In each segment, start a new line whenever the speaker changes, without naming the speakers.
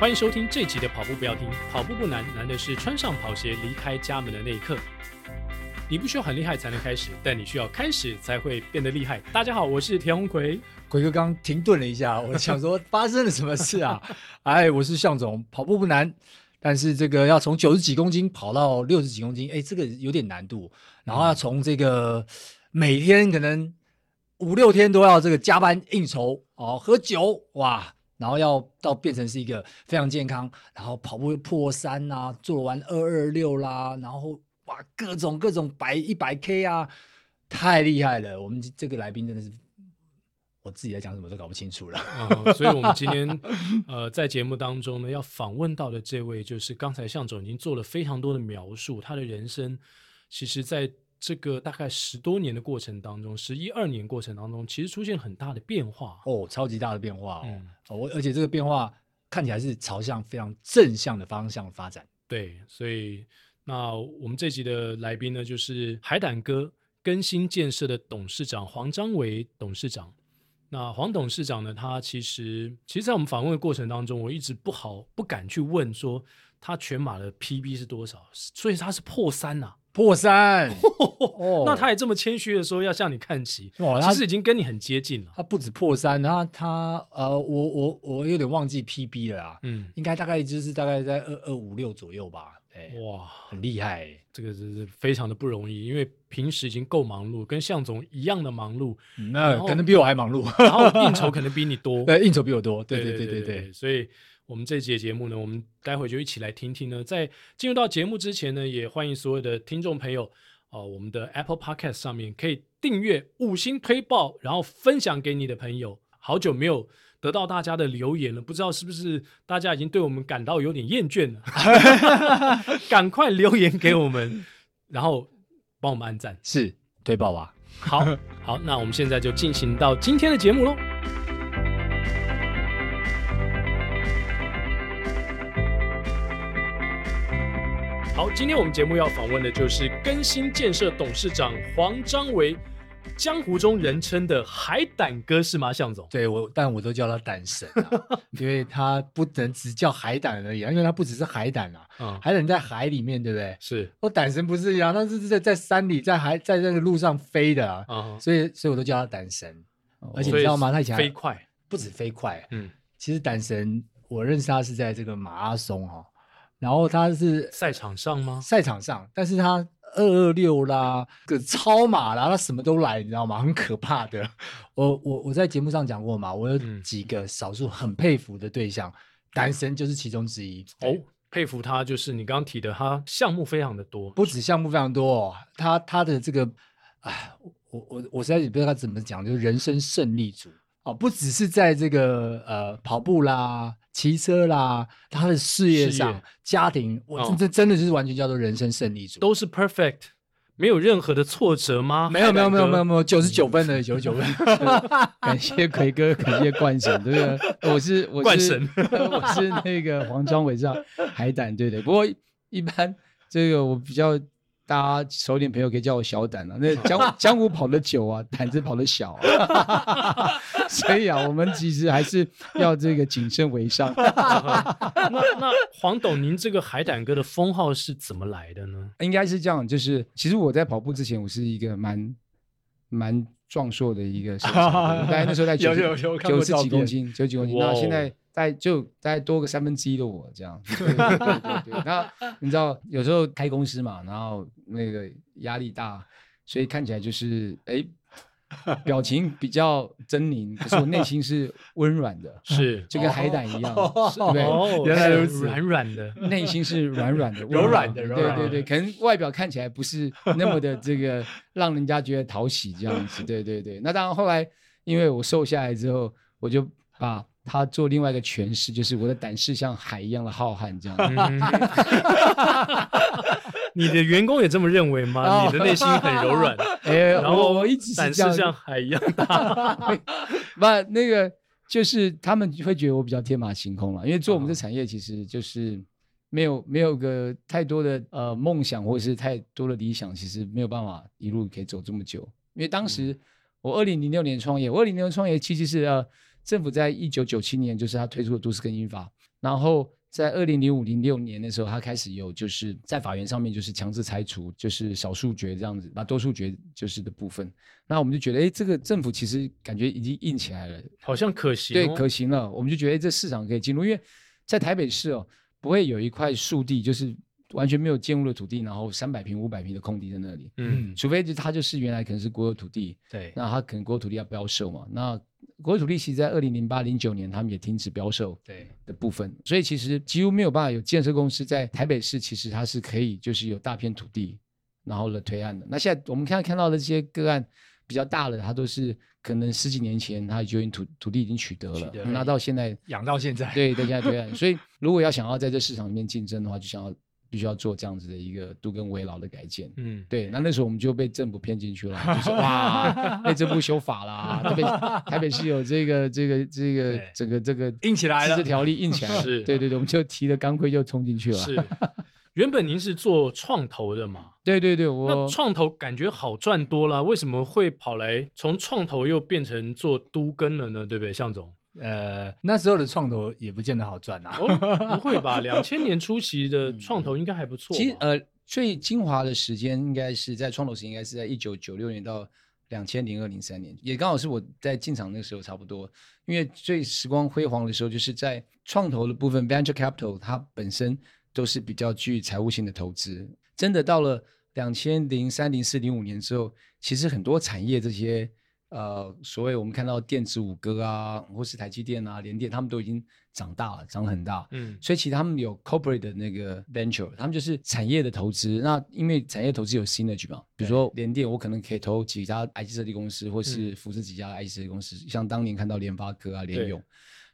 欢迎收听这集的跑步不要停，跑步不难，难的是穿上跑鞋离开家门的那一刻。你不需要很厉害才能开始，但你需要开始才会变得厉害。大家好，我是田宏奎。
奎哥刚停顿了一下，我想说发生了什么事啊？哎，我是向总，跑步不难，但是这个要从九十几公斤跑到六十几公斤，哎，这个有点难度。然后要从这个每天可能五六天都要这个加班应酬哦，喝酒哇，然后要到变成是一个非常健康，然后跑步破三啦、做完二二六啦，然后哇各种各种百一百 K 啊，太厉害了！我们这个来宾真的是。我自己在讲什么都搞不清楚了。
呃，所以我们今天呃在节目当中呢，要访问到的这位，就是刚才向总已经做了非常多的描述，他的人生其实在这个大概十多年的过程当中，十一二年过程当中，其实出现很大的变化。
哦，超级大的变化哦！
嗯，
哦我而且这个变化看起来是朝向非常正向的方向发展。
对，所以那我们这集的来宾呢，就是海胆哥更新建设的董事长黄章伟董事长。那黄董事长呢，他其实其实，在我们访问的过程当中，我一直不好不敢去问说他全马的 PB 是多少，所以他是破三呐、
破三哦
那他也这么谦虚的说要向你看齐，
哇，他
其实已经跟你很接近了。
他不止破三，然后他呃，我我我有点忘记 PB 了啦，
嗯，
应该大概就是大概在二二五六左右吧。哎，
哇，
很厉害欸。
这个真是非常的不容易，因为平时已经够忙碌，跟向总一样的忙 碌，然
嗯那
后
可能比我还忙碌，
然后应酬可能比你多。
对，应酬比我多。对
对
对
对
对对，
所以我们这节节目呢，我们待会就一起来听听呢。在进入到节目之前呢，也欢迎所有的听众朋友哦、我们的 Apple Podcast 上面可以订阅、五星推爆，然后分享给你的朋友。好久没有得到大家的留言了，不知道是不是大家已经对我们感到有点厌倦了？ 赶快留言给我们，然后帮我们按赞。
是推爆吧。
好好，那我们现在就进行到今天的节目喽。好，今天我们节目要访问的就是更新建设董事长黄章维，江湖中人称的“海胆哥”是吗？向总，
对我，但我都叫他胆神、啊， 因为他不能只叫海胆而已啊，因为他不只是海胆啊，
嗯，
海胆在海里面，对不对？
是
我胆神不是一样，那是在在山里，在海在那个路上飞的啊，
啊，
所以所以我都叫他胆神。而且
哦所
你
以
知道吗？他以前还
飞快，
不止飞快，
嗯，
其实胆神我认识他是在这个马拉松哦，然后他是
赛场上吗？
赛场上，但是他二二六啦，个超马啦，他什么都来，你知道吗？很可怕的。我我我在节目上讲过嘛，我有
嗯
几个少数很佩服的对象，胆神就是其中之一。
哦，佩服他，就是你刚刚提的，他项目非常的多，
不止项目非常多、哦，他他的这个，哎，我我我实在也不知道他怎么讲，就是人生胜利组哦，不只是在这个呃跑步啦、骑车啦，他的事业上、
事业
家庭，我
哦
真真、真的就是完全叫做人生胜利组。
都是 perfect，没有任何的挫折吗？
没有没有没有
海
没有
胆哥，
没有九十九分的九十九分，
感 谢奎哥，感谢冠神，对不对？我是我是呃
冠神
我是那个黄章伟上海胆，对的。不过一般这个我比较大家熟一点朋友可以叫我小胆啊。那江江湖跑得久啊，胆子跑得小啊， 所以啊，我们其实还是要这个谨慎为上。
那那黄董，您这个海胆哥的封号是怎么来的呢？
应该是这样，就是其实我在跑步之前，我是一个蛮蛮壮硕的一个身材，我大概那时候在九
有有有我看
九
过
十
照
几公
片
斤，九十几公斤。
哇
那
哦
现在大概就大概多个三分之一的我 这样。对对对对对。那你知道有时候开公司嘛，然后那个压力大，所以看起来就是哎。表情比较狰狞，可是我内心是温软的，
是
就跟海胆一样，对不对？
哦，
原来如
是
此
软软 的，
内心是软软的、
柔软的
温
柔
对
软的
对对，可能外表看起来不是那么的这个，让人家觉得讨喜这样 子。对对对，那当然后来因为我瘦下来之后，我就把它做另外一个诠释，就是我的胆识像海一样的浩瀚这样子。
嗯 你的员工也这么认为吗？
哦
你的内心很柔 软，
哎，
然后
我我一直是
胆是
这样，
像海一样大。
不， 那个就是他们会觉得我比较天马行空了，因为做我们这产业其实就是没有没有个太多的呃梦想或者是太多的理想，其实没有办法一路可以走这么久。因为当时我二零零六年创业，我二零零六创业其实是呃政府在一九九七年就是他推出了都市更新法，然后在二零零五零六年的时候，他开始有就是在法院上面就是强制拆除，就是少数决这样子，把多数决就是的部分。那我们就觉得，哎，这个政府其实感觉已经硬起来了，
好像可行、哦
对，可行了。我们就觉得，哎，这市场可以进入，因为在台北市哦，不会有一块树地就是完全没有建物的土地，然后三百平、五百平的空地在那里，
嗯，
除非就它就是原来可能是国有土地，
对，
那它可能国有土地要标售嘛。那国有土地其实在二零零八、零九年他们也停止标售，
对，
的部分，所以其实几乎没有办法有建设公司在台北市，其实它是可以就是有大片土地，然后了推案的。那现在我们看看到的这些个案比较大的，它都是可能十几年前它就已经土土地已经取得了，
取得了
那到现在
养到现在，
对，到现在推案。所以如果要想要在这市场里面竞争的话，就想要必须要做这样子的一个都跟围牢的改建。
嗯，
对，那那时候我们就被政府骗进去 了，就是哇，内政部修法啦，台北台北市有这个这个这个
对
整个这个
硬起来 了
自治。条例印起来了，
是
对对对，我们就提了钢盔就冲进去了。
是。原本您是做创投的嘛？
对对对，
那
我
创投感觉好赚多了，为什么会跑来从创投又变成做都跟了呢？对不对，向总？
呃，那时候的创投也不见得好赚啊。
哦，不会吧？两千年初期的创投应该还不错吧。
嗯其实呃最精华的时间应该是在创投时间，应该是在一九九六年到两千零二零三年，也刚好是我在进场那个时候差不多。因为最时光辉煌的时候，就是在创投的部分，venture capital 它本身都是比较具财务性的投资。真的到了两千零三、零四、零五年之后，其实很多产业这些呃，所谓我们看到电子五哥啊，或是台积电啊、联电，他们都已经长大了，长得很大。
嗯
所以其实他们有 corporate 的那个 venture，他们就是产业的投资。那因为产业投资有 synergy 嘛，比如说联电，我可能可以投几家 IT 设计公司，或
嗯
是扶持几家 IT 设计公司，像当年看到联发科啊、联咏。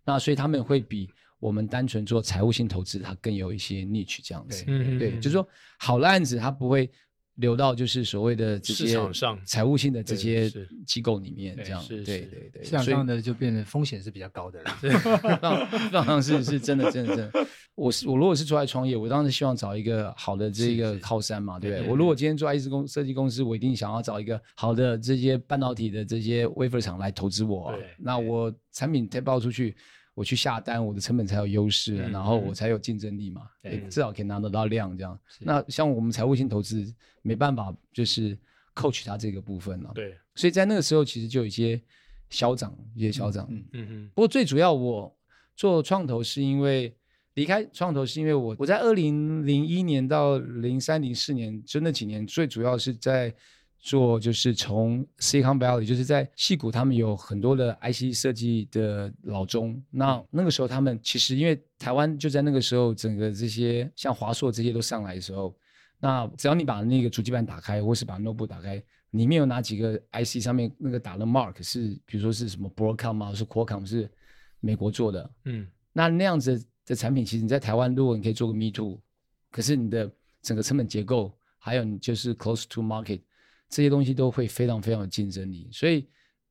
那所以他们会比我们单纯做财务性投资，它更有一些 niche 这样子。
嗯，
对，
嗯
就是说好的案子它不会流到就是所谓的这些
市场上
财务性的这
对
些
是
机构里面
对
这样。
是
对
是
对对，
市场
所以
上的就变得风险是比较高的了。
让让上是是真的真的真的，我是我如果是出来创业，我当然是希望找一个好的这个靠山嘛，对不
对
对？
对
我如果今天做 IC 公设计公司，我一定想要找一个好的这些半导体的这些 wafer 厂来投资我
对，
那我产品再爆出去。我去下单，我的成本才有优势，
嗯
然后我
嗯
才有竞争力嘛，
对
也至少可以拿得到量这样。
是
那像我们财务性投资，没办法就是 coach 他这个部分了、
对，
所以在那个时候，其实就有一些小涨，一些小涨。
嗯
嗯哼，
不过最主要我做创投是因为离开创投是因为我我在二零零一年到零三零四年就那几年最主要是在做就是从 Silicon Valley 就是在戏谷他们有很多的 IC 设计的老中，那那个时候他们其实因为台湾就在那个时候整个这些像华硕这些都上来的时候，那只要你把那个主机板打开，或是把 notebook 打开，里面有哪几个 IC 上面那个打的 mark 是，比如说是什么 Broadcom 啊，或是 Qualcomm 是美国做的。
嗯
那那样子的产品，其实你在台湾，如果你可以做个 Me Too，可是你的整个成本结构，还有你就是 Close to Market 这些东西都会非常非常有竞争力。所以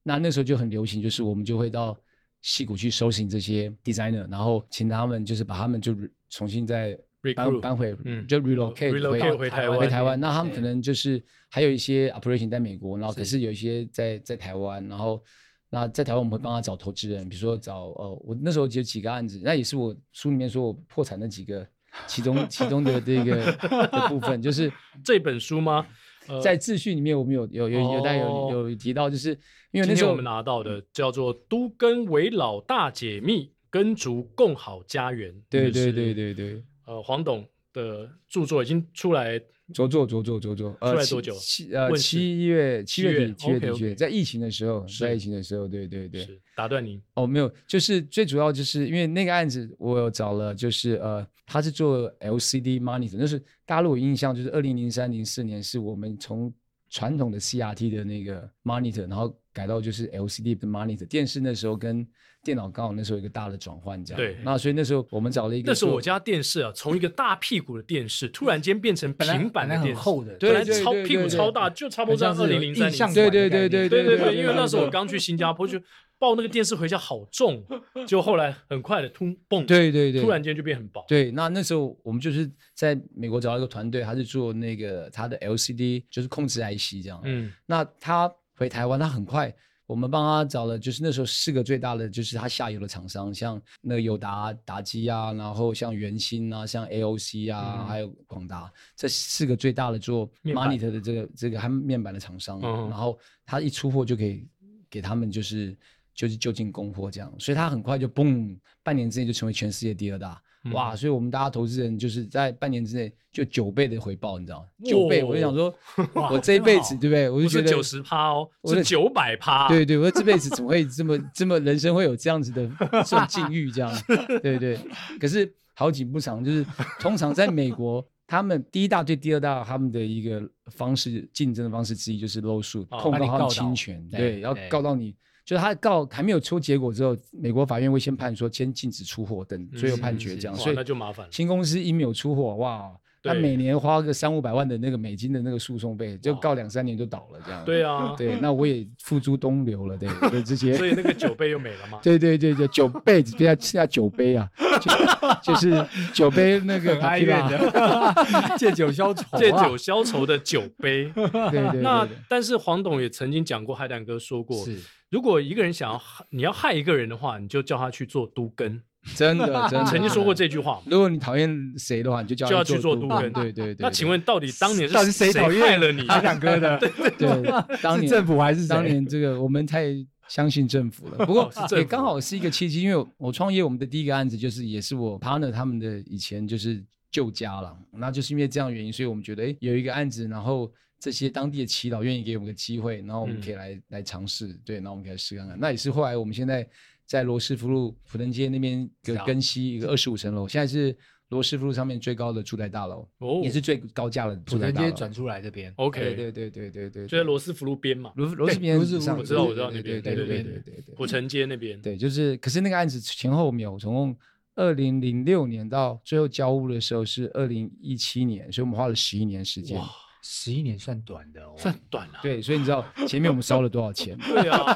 那那时候就很流行，就是我们就会到戏谷去搜寻这些 designer，然后请他们就是把他们就重新再搬
Recruit
搬回，
嗯
就 relocate 回
relocate 回台湾
回台湾。那他们
对
可能就是还有一些 operation 在美国，然后可
是
是有一些在在台湾，然后那在台湾我们会帮他找投资人，比如说找呃，我那时候有几个案子，那也是我书里面说我破产的几个。其中其中的这个的部分，就是
这本书吗？呃
在秩序里面，我们有有有有带
哦
有有提到，就是因为
今
那时
天
候嗯
我们拿到的叫做《都跟为老大解密，跟足共好家园》。
对
就
对
是
对，对对，
呃，黄董的著作已经出来，
左左左左左左，呃，
出来
七
多久
七呃
问世
七月
七
七月
月
底七月底
OK，OK
七月，在疫情的时候，
是
在疫情的时候，对对对，
是打断您，
哦，没有，就是最主要就是因为那个案子，我有找了，就是呃，他是做 LCD monitor，就是大家如果有印象，就是二零零三零四年是我们从传统的 CRT 的那个 monitor，然后改到就是 LCD 的 monitor，电视那时候跟电脑刚好那时候有一个大的转换，这样。
对
那所以那时候我们找了一个
那时
做，
候我家电视啊，从一个大屁股的电视，突然间变成
本来
平板
本
的
来
电
很
视，
厚的，
对
本来
对
超屁股超大，就差不多在二零零三
印象
年。
对
馆的概
对对
念
对
对对对，
对
因为那时候我刚去新加坡，就抱那个电视回家好重，就后来很快的突蹦，
对对对，
突然间就变很薄。
对，那那时候我们就是在美国找到一个团队，他是做那个他的 LCD，就是控制 IC 这样。
嗯，
那他回台湾，他很快，我们帮他找了，就是那时候四个最大的就是他下游的厂商，像那个友达、达基啊，然后像元芯啊，像 AOC 啊，
嗯
还有广达，这四个最大的做
面板
monitor 的这个这个他们面板的厂商，
嗯
然后他一出货就可以给他们就是就是就近供货这样，所以他很快就嘣，半年之内就成为全世界第二大，
嗯
哇！所以我们大家投资人就是在半年之内就九倍的回报，你知道吗？
哇
九倍，我就想说，
哇
我这一辈
真
子
好
对不对？我
不
就是觉得
九十趴哦，
我
是
的
九百趴。
对对，我说这辈子怎么会这么这么人生会有这样子的这种境遇这样？ 对对。可是好景不长，就是通常在美国，他们第一大对第二大他们的一个方式竞争的方式之一就是 low suit，、
哦
控
把
告
你告
他们
倒
侵权，
对
对，要
对
告到你。就是他告还没有出结果之后，美国法院会先判说先禁止出货等最后判决这样，
嗯哇
所以
那就麻烦了。
新公司一没有出货，哇，他
对
每年花个三五百万的那个美金的那个诉讼费，就
哇
告两三年就倒了这样。
对啊，
对，那我也付诸东流了，对，就直接
所，以那个九倍又没了嘛。
对对对对，酒杯只剩下剩下酒杯啊，就就是酒杯那个
很哀怨
tequila，
的，借酒消愁、啊，
借酒消愁的酒杯。
对对对
那
对
但是黄董也曾经讲过，海胆哥说过，
是
如果一个人想要害你要害一个人的话，你就叫他去做都根。
真的真的
曾经说过，这句话嘛。
如果你讨厌谁的话，你就叫
就要
他
去做
督
督根
根，对对对。
那
对
请问，到底当年
到底是
谁
谁啊讨厌
害了你？
阿敢哥的，
对，当
是
年
政府还是
当
谁
年这个我们太相信政府 了，不过
哦是政
也
府
刚好是一个契机，因为我我创业我们的第一个案子就是也是我 partner 他们的以前就是旧家了，那就是因为这样的原因，所以我们觉得哎有一个案子，然后这些当地的祈祷愿意给我们个机会，然后我们
嗯
可以来、来尝试，对，那我们可以来试看看。那也是后来我们现在在罗斯福路普腾街那边一
是
个
啊
根西一个二十五层楼，现在是罗斯福路上面最高的住宅大楼，
哦
也是最高价的住
普
宅
腾
大
街
楼。
转出来这边，
OK，
对对对对对对对，
就在罗斯福路边嘛，
罗罗
对
斯边
罗斯福
上
我
知道我知道那
对
边
对对
对对
对对对
古
对，
城街那边。
对，就是可是那个案子前后我们有总共二零零六年到最后交屋的时候是二零一七年，所以我们花了十一年时间
哇。
十一年算短的哦，
算短了、
对，所以你知道前面我们烧了多少钱？
对啊。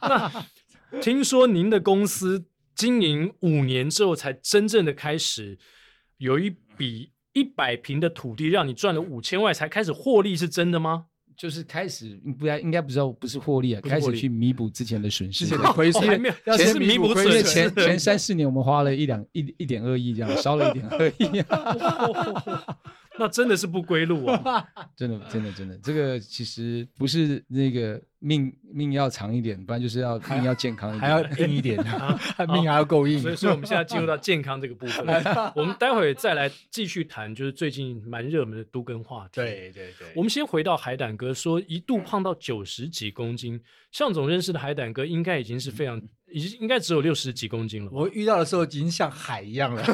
那听说您的公司经营五年之后，才真正的开始有一笔一百平的土地，让你赚了五千万，才开始获利，是真的吗？
就是开始不该应该不知道不是获利啊，
不是获
开
利
始去弥补之前的损失。
之前的亏损
哦还没有，
要
只
先
是
弥补
弥补
亏
因为
损
损，
前前三四年我们花了一两一一点二亿这样，烧了一点二亿、
那真的是不归路啊！
真的，真的，真的，这个其实不是那个命命要长一点，不然就是要命要健康一点。
还要硬一 点，还命还要够硬
所。以，所以我们现在进入到健康这个部 分，
哎
我们待会再来继续谈，就是最近蛮热门的都跟话题。
对对对，
我们先回到海胆哥说，一度胖到九十几公斤。向总认识的海胆哥应该已经是非常，已经应该只有六十几公斤了吧。
我遇到的时候已经像海一样 了，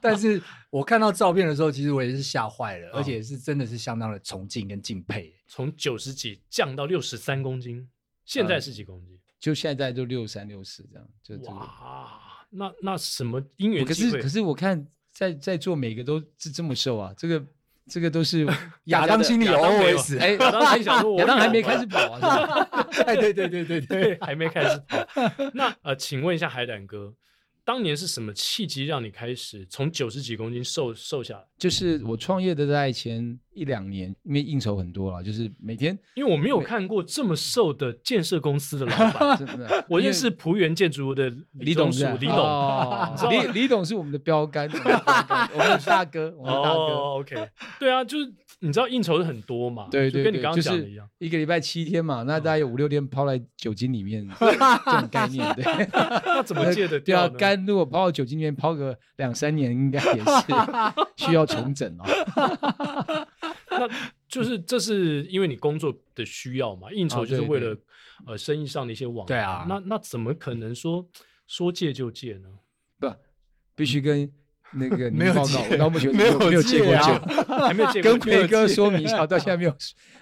但是我看到照片的时候，其实我也是吓坏了，
嗯
而且是真的是相当的崇敬跟敬佩。
从九十几降到六十三公斤，现在是几公斤？
就现在就六三六四这样，就这个。
哇，那那什么因缘
可
机
是
会？
可是嗯我看在在座每个都是这么瘦啊，这个这个 都是
亚当心里有
亚当没有
OS，
亚当心里想说我
哎 亚当还
有
没
啊
开始跑啊，
哎， 对对对对对，
对，还没开始跑。那呃，请问一下海胆哥，当年是什么契机让你开始从九十几公斤瘦瘦下来？
就是 我创业的在前一两年，因为应酬很多了，就是 每天
因为我没有看过这么瘦的建设公司的老板，
真的，
我认识璞园建筑的
李
总
董事啊，
李董。
哦
你知道吗
李李董是我们的标杆，我们的标杆我们 的大哥，我们的大哥。
哦，OK，对啊，就是你知道应酬的很多嘛，
对
就
对对，
跟你刚刚
就
讲的
是
一样。
一个礼拜七天嘛，那大概有五六天泡在酒精 里面，这种概念对。
啊那怎么戒 得
对啊
掉，呢？
肝如果泡到酒精里面泡个两三年，应该也是 需要重整哦。
就是这是因为你工作的需要嘛，应酬
啊
就是
对
为
对
了、呃生意上的一些往来。
对啊
那那怎么可能说说戒就戒 呢？
不，必须跟那个 您
没有
报
戒
告，我到目前为止
没有
没有戒过
戒 啊
酒，
还没有戒啊过
跟
酒
奎哥说明一下，到现在没有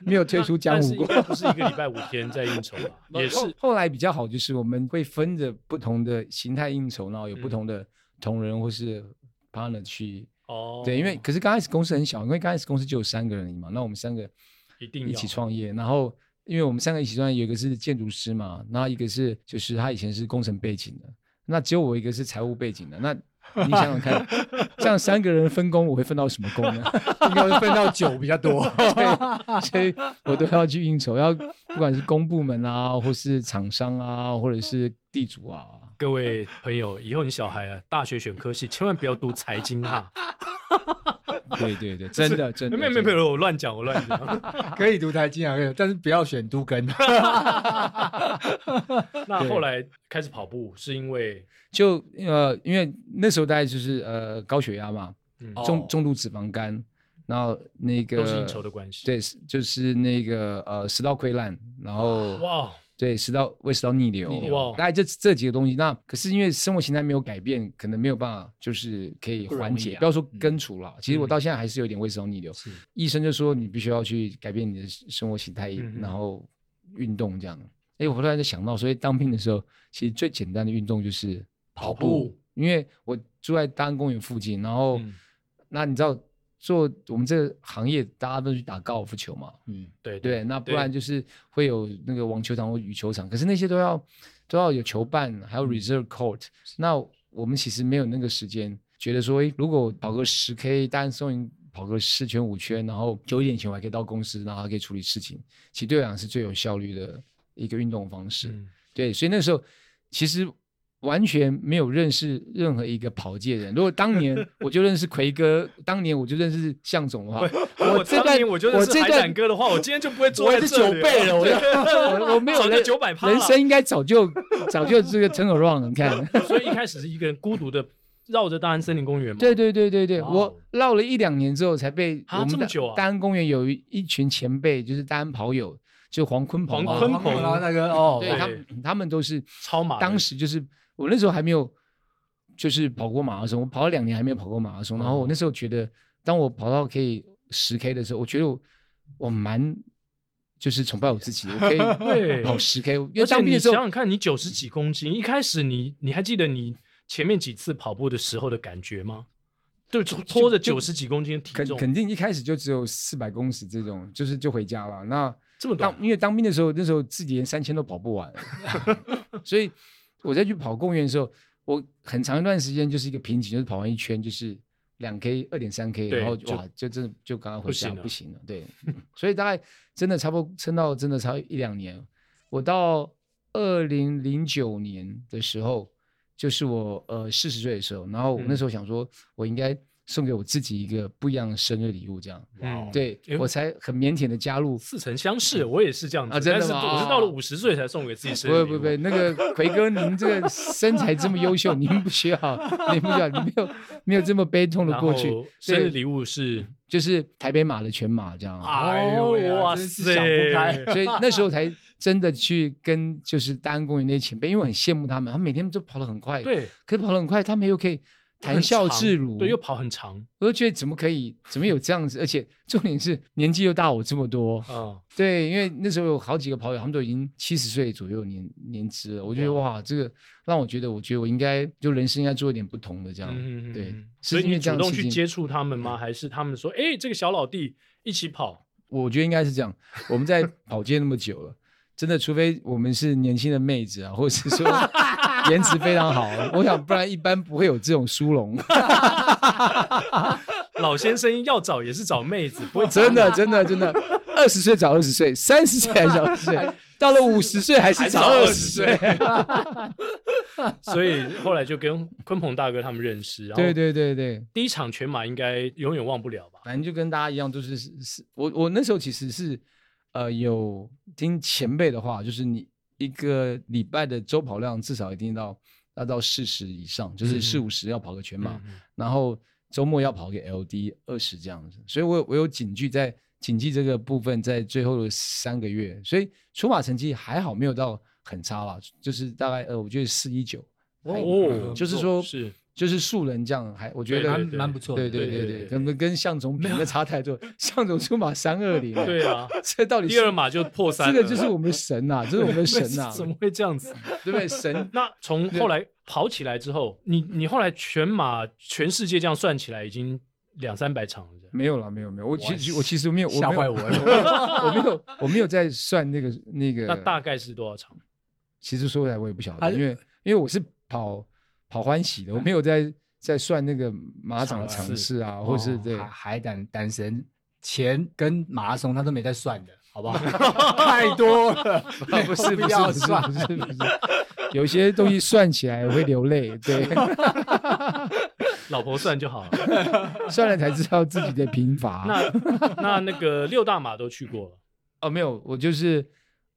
没有退出
但
江湖
是应
过。哦
该不是一个礼拜五天在应酬 吧？也是
后后来比较好，就是我们会分着不同的形态应酬，然后有不
嗯
同的同仁或是 partner 去
哦，
对，因为可是刚开始公司很小，因为刚开始公司只有三个人而已嘛，那我们三个
一定
一
要
起创业，然后因为我们三个一起创业，有一个是建筑师嘛，然后一个是就是他以前是工程背景的，那只有我一个是财务背景的，那你想 想看，这样三个人分工，我会分到什么工呢？
应该会分到酒比较 多。
对，所以我都要去应酬，要不管是公部门啊，或是厂商啊，或者是地主啊。
各位朋友，以后你小孩啊，大学选科系千万不要读财经哈、
对对 对， 真的真
没
的，
有没有没有，我乱讲，我乱 讲。
可以读台经啊，可以但是不要选都根。
那后来开始跑步是因为
就呃，因为那时候大概就是呃高血压嘛，
嗯，
哦
重重度脂肪肝，然后那个
都是应酬的关系。，
对，是就是那个呃食道溃烂，然后
哇，哦
对食道胃食道逆流，
逆
流哇
大概这这几个东西。那可是因为生活形态没有改变，可能没有办法就是可以
不容
缓解，
易啊
不要说
嗯
根除了。其实我
嗯
到现在还是有点胃食道逆流，
是
医生就说你必须要去改变你的生活形态，
嗯嗯
然后运动这样。哎，我突然就想到，所以当兵的时候，其实最简单的运动就是跑步，
步
因为我住在大安公园附近，然后、
嗯
那你知道做我们这个行业，大家都去打高尔夫球嘛，
嗯，
对
对，那不然就是会有那个网球场或羽球场，可是那些都要都要有球伴，还有 reserve court、那我们其实没有那个时间，觉得说，诶，如果跑个十 K 单送营，跑个四圈五圈，然后九点前我还可以到公司，然后还可以处理事情，其实对我来讲是最有效率的一个运动方式。
嗯
对，所以那时候其实完全没有认识任何一个跑界人。如果当年我就认识奎哥，当年我就认识向总的话，
我
这
当
段
年我就
我
认识
这
海
段
胆哥的话，我今天就不会坐
我
在
是
这
九
里
倍了，我就 我我没有
早就
人
900趴了啊
人生应该 早就早就这个 turn around，了你看。
所以一开始是一个人孤独的绕着大安森林公园嘛。
对对对对对，
哇哦
我绕了一两年之后，才被
啊
我
这
们
么
的
久啊
大安公园有一一群前辈，就是大安跑友，就黄坤跑
黄
啊
坤哎
然
鹏
后哦那个哦，
对他们他们都是
超马的
当时就是我那时候还没有，就是跑过马拉松，我跑了两年还没有跑过马拉
哦
松。然后我那时候觉得，当我跑到可以十 K 的时候，我觉得我我蛮就是崇拜我自己，我可
对
以跑十 K。因
而
为
且
当兵
你
的时候
想，想看，你九十几公斤，一开始你你还记得你前面几次跑步的时候的感觉吗？对，拖拖着九十几公斤的体
肯
重，
肯定一开始就只有四百公尺这种，就是就回家了。那
这么
当
短，
因为当兵的时候，那时候自己连三千都跑不完， 所以我在去跑公园的时候，我很长一段时间就是一个瓶颈，就是跑完一圈就是两 K、二点三 K，
对
然后
就
哇，就真的就刚刚回
不行
家
了
不行了，对， 所以大概真的差不多撑到真的差不多一两年，我到二零零九年的时候，就是我呃四十岁的时候，然后
嗯
我那时候想说，我应该送给我自己一个不一样的生日礼物，这样，
嗯，
对
哎呦
我才很腼腆的加入
似曾相识，我也是这样子，
啊真的
但是
吗
我是到了五十岁才送给自己生日
不
礼物
不不，那个奎哥，您这个身材这么优秀，您不需要，您不需要，您没有没有这么悲痛的
然
过
后
去。
生日
对
礼物是，
就是台北马的全马这样，
哎
哦
呦
喂啊
哇
真是
塞，
想不开
所以那时候才真的去跟就是大安公园那些前辈，因为我很羡慕他们，他们每天都跑得很快，，
对，
可是跑得很快，他们又可以谈
很
笑
长
自如，
对，又跑很长，
我就觉得怎么可以，怎么有这样子，而且重点是年纪又大我这么多，
嗯，
对，因为那时候有好几个跑友，他们都已经七十岁左右年年资了，我觉得哇，这个让我觉得，我觉得我应该就人生应该做一点不同的这样。
嗯嗯嗯
对
嗯，所
是
以
因
你
为
主
这样
动
的
去
事情嗯
接触他们吗？还是他们说，哎，这个小老弟一起跑，
我觉得应该是这样。我 们在跑界那么久了，真的，除非我们是年轻的妹子啊，或者是 说颜值非常好，啊我想不然一般不会有这种殊荣。
老先生要找也是找妹子，不会找
真的，真的，真的，二十岁找二十岁，三十岁还找二 十岁，到了五十岁还是找二十岁。
所以后来就跟鲲鹏大哥他们认识，然后
对对对对。
第一场全马应该永远忘不了吧？
反正就跟大家一样，就是是是，我我那时候其实是，呃，有听前辈的话，就是你一个礼拜的周跑量至少一定到要到四十以上，就
嗯
是四五十要跑个全马，
嗯嗯
然后周末要跑个 LD 二十这样子，所以我有我有谨记在谨记这个部分，在最后的三个月，所以出马成绩还好，没有到很差啦，就是大概呃，我觉得四一九，
哎
哦
就是说
是
就是素人这样还我觉
对
得
对
蛮蛮不错的。
对对
对
对
对
对，
对
跟跟向总比那差太多。向总出马三二零，
对，啊，
这到底是
第二码就破三
这
了，
个就是我们的神呐，这是我们 的神啊呐，
怎么会这样子？
对不对？神
那从后来跑起来之后，你你后来全马全世界这样算起来已经两三百场了。
没有了，没有没有，我其实我其实没有，我
吓
没
坏
有，
我了！
我没有，我没有在算那个那个。
那大概是多少场？
其实说起来我也不晓
啊
得，因为因为我是跑跑欢喜的，我没有在在算那个马场的
场
场
次
次啊， 或是
哦
对
海海胆胆神钱跟马拉松他都没在算的，好不 好？太多了，
啊不是 不
不
是
要
不是
算
不是不是，有些东西算起来会流泪，对，
老婆算就好了。
算了才知道自己的贫 乏。
那那那个六大马都去过了，
哦，没有，我就是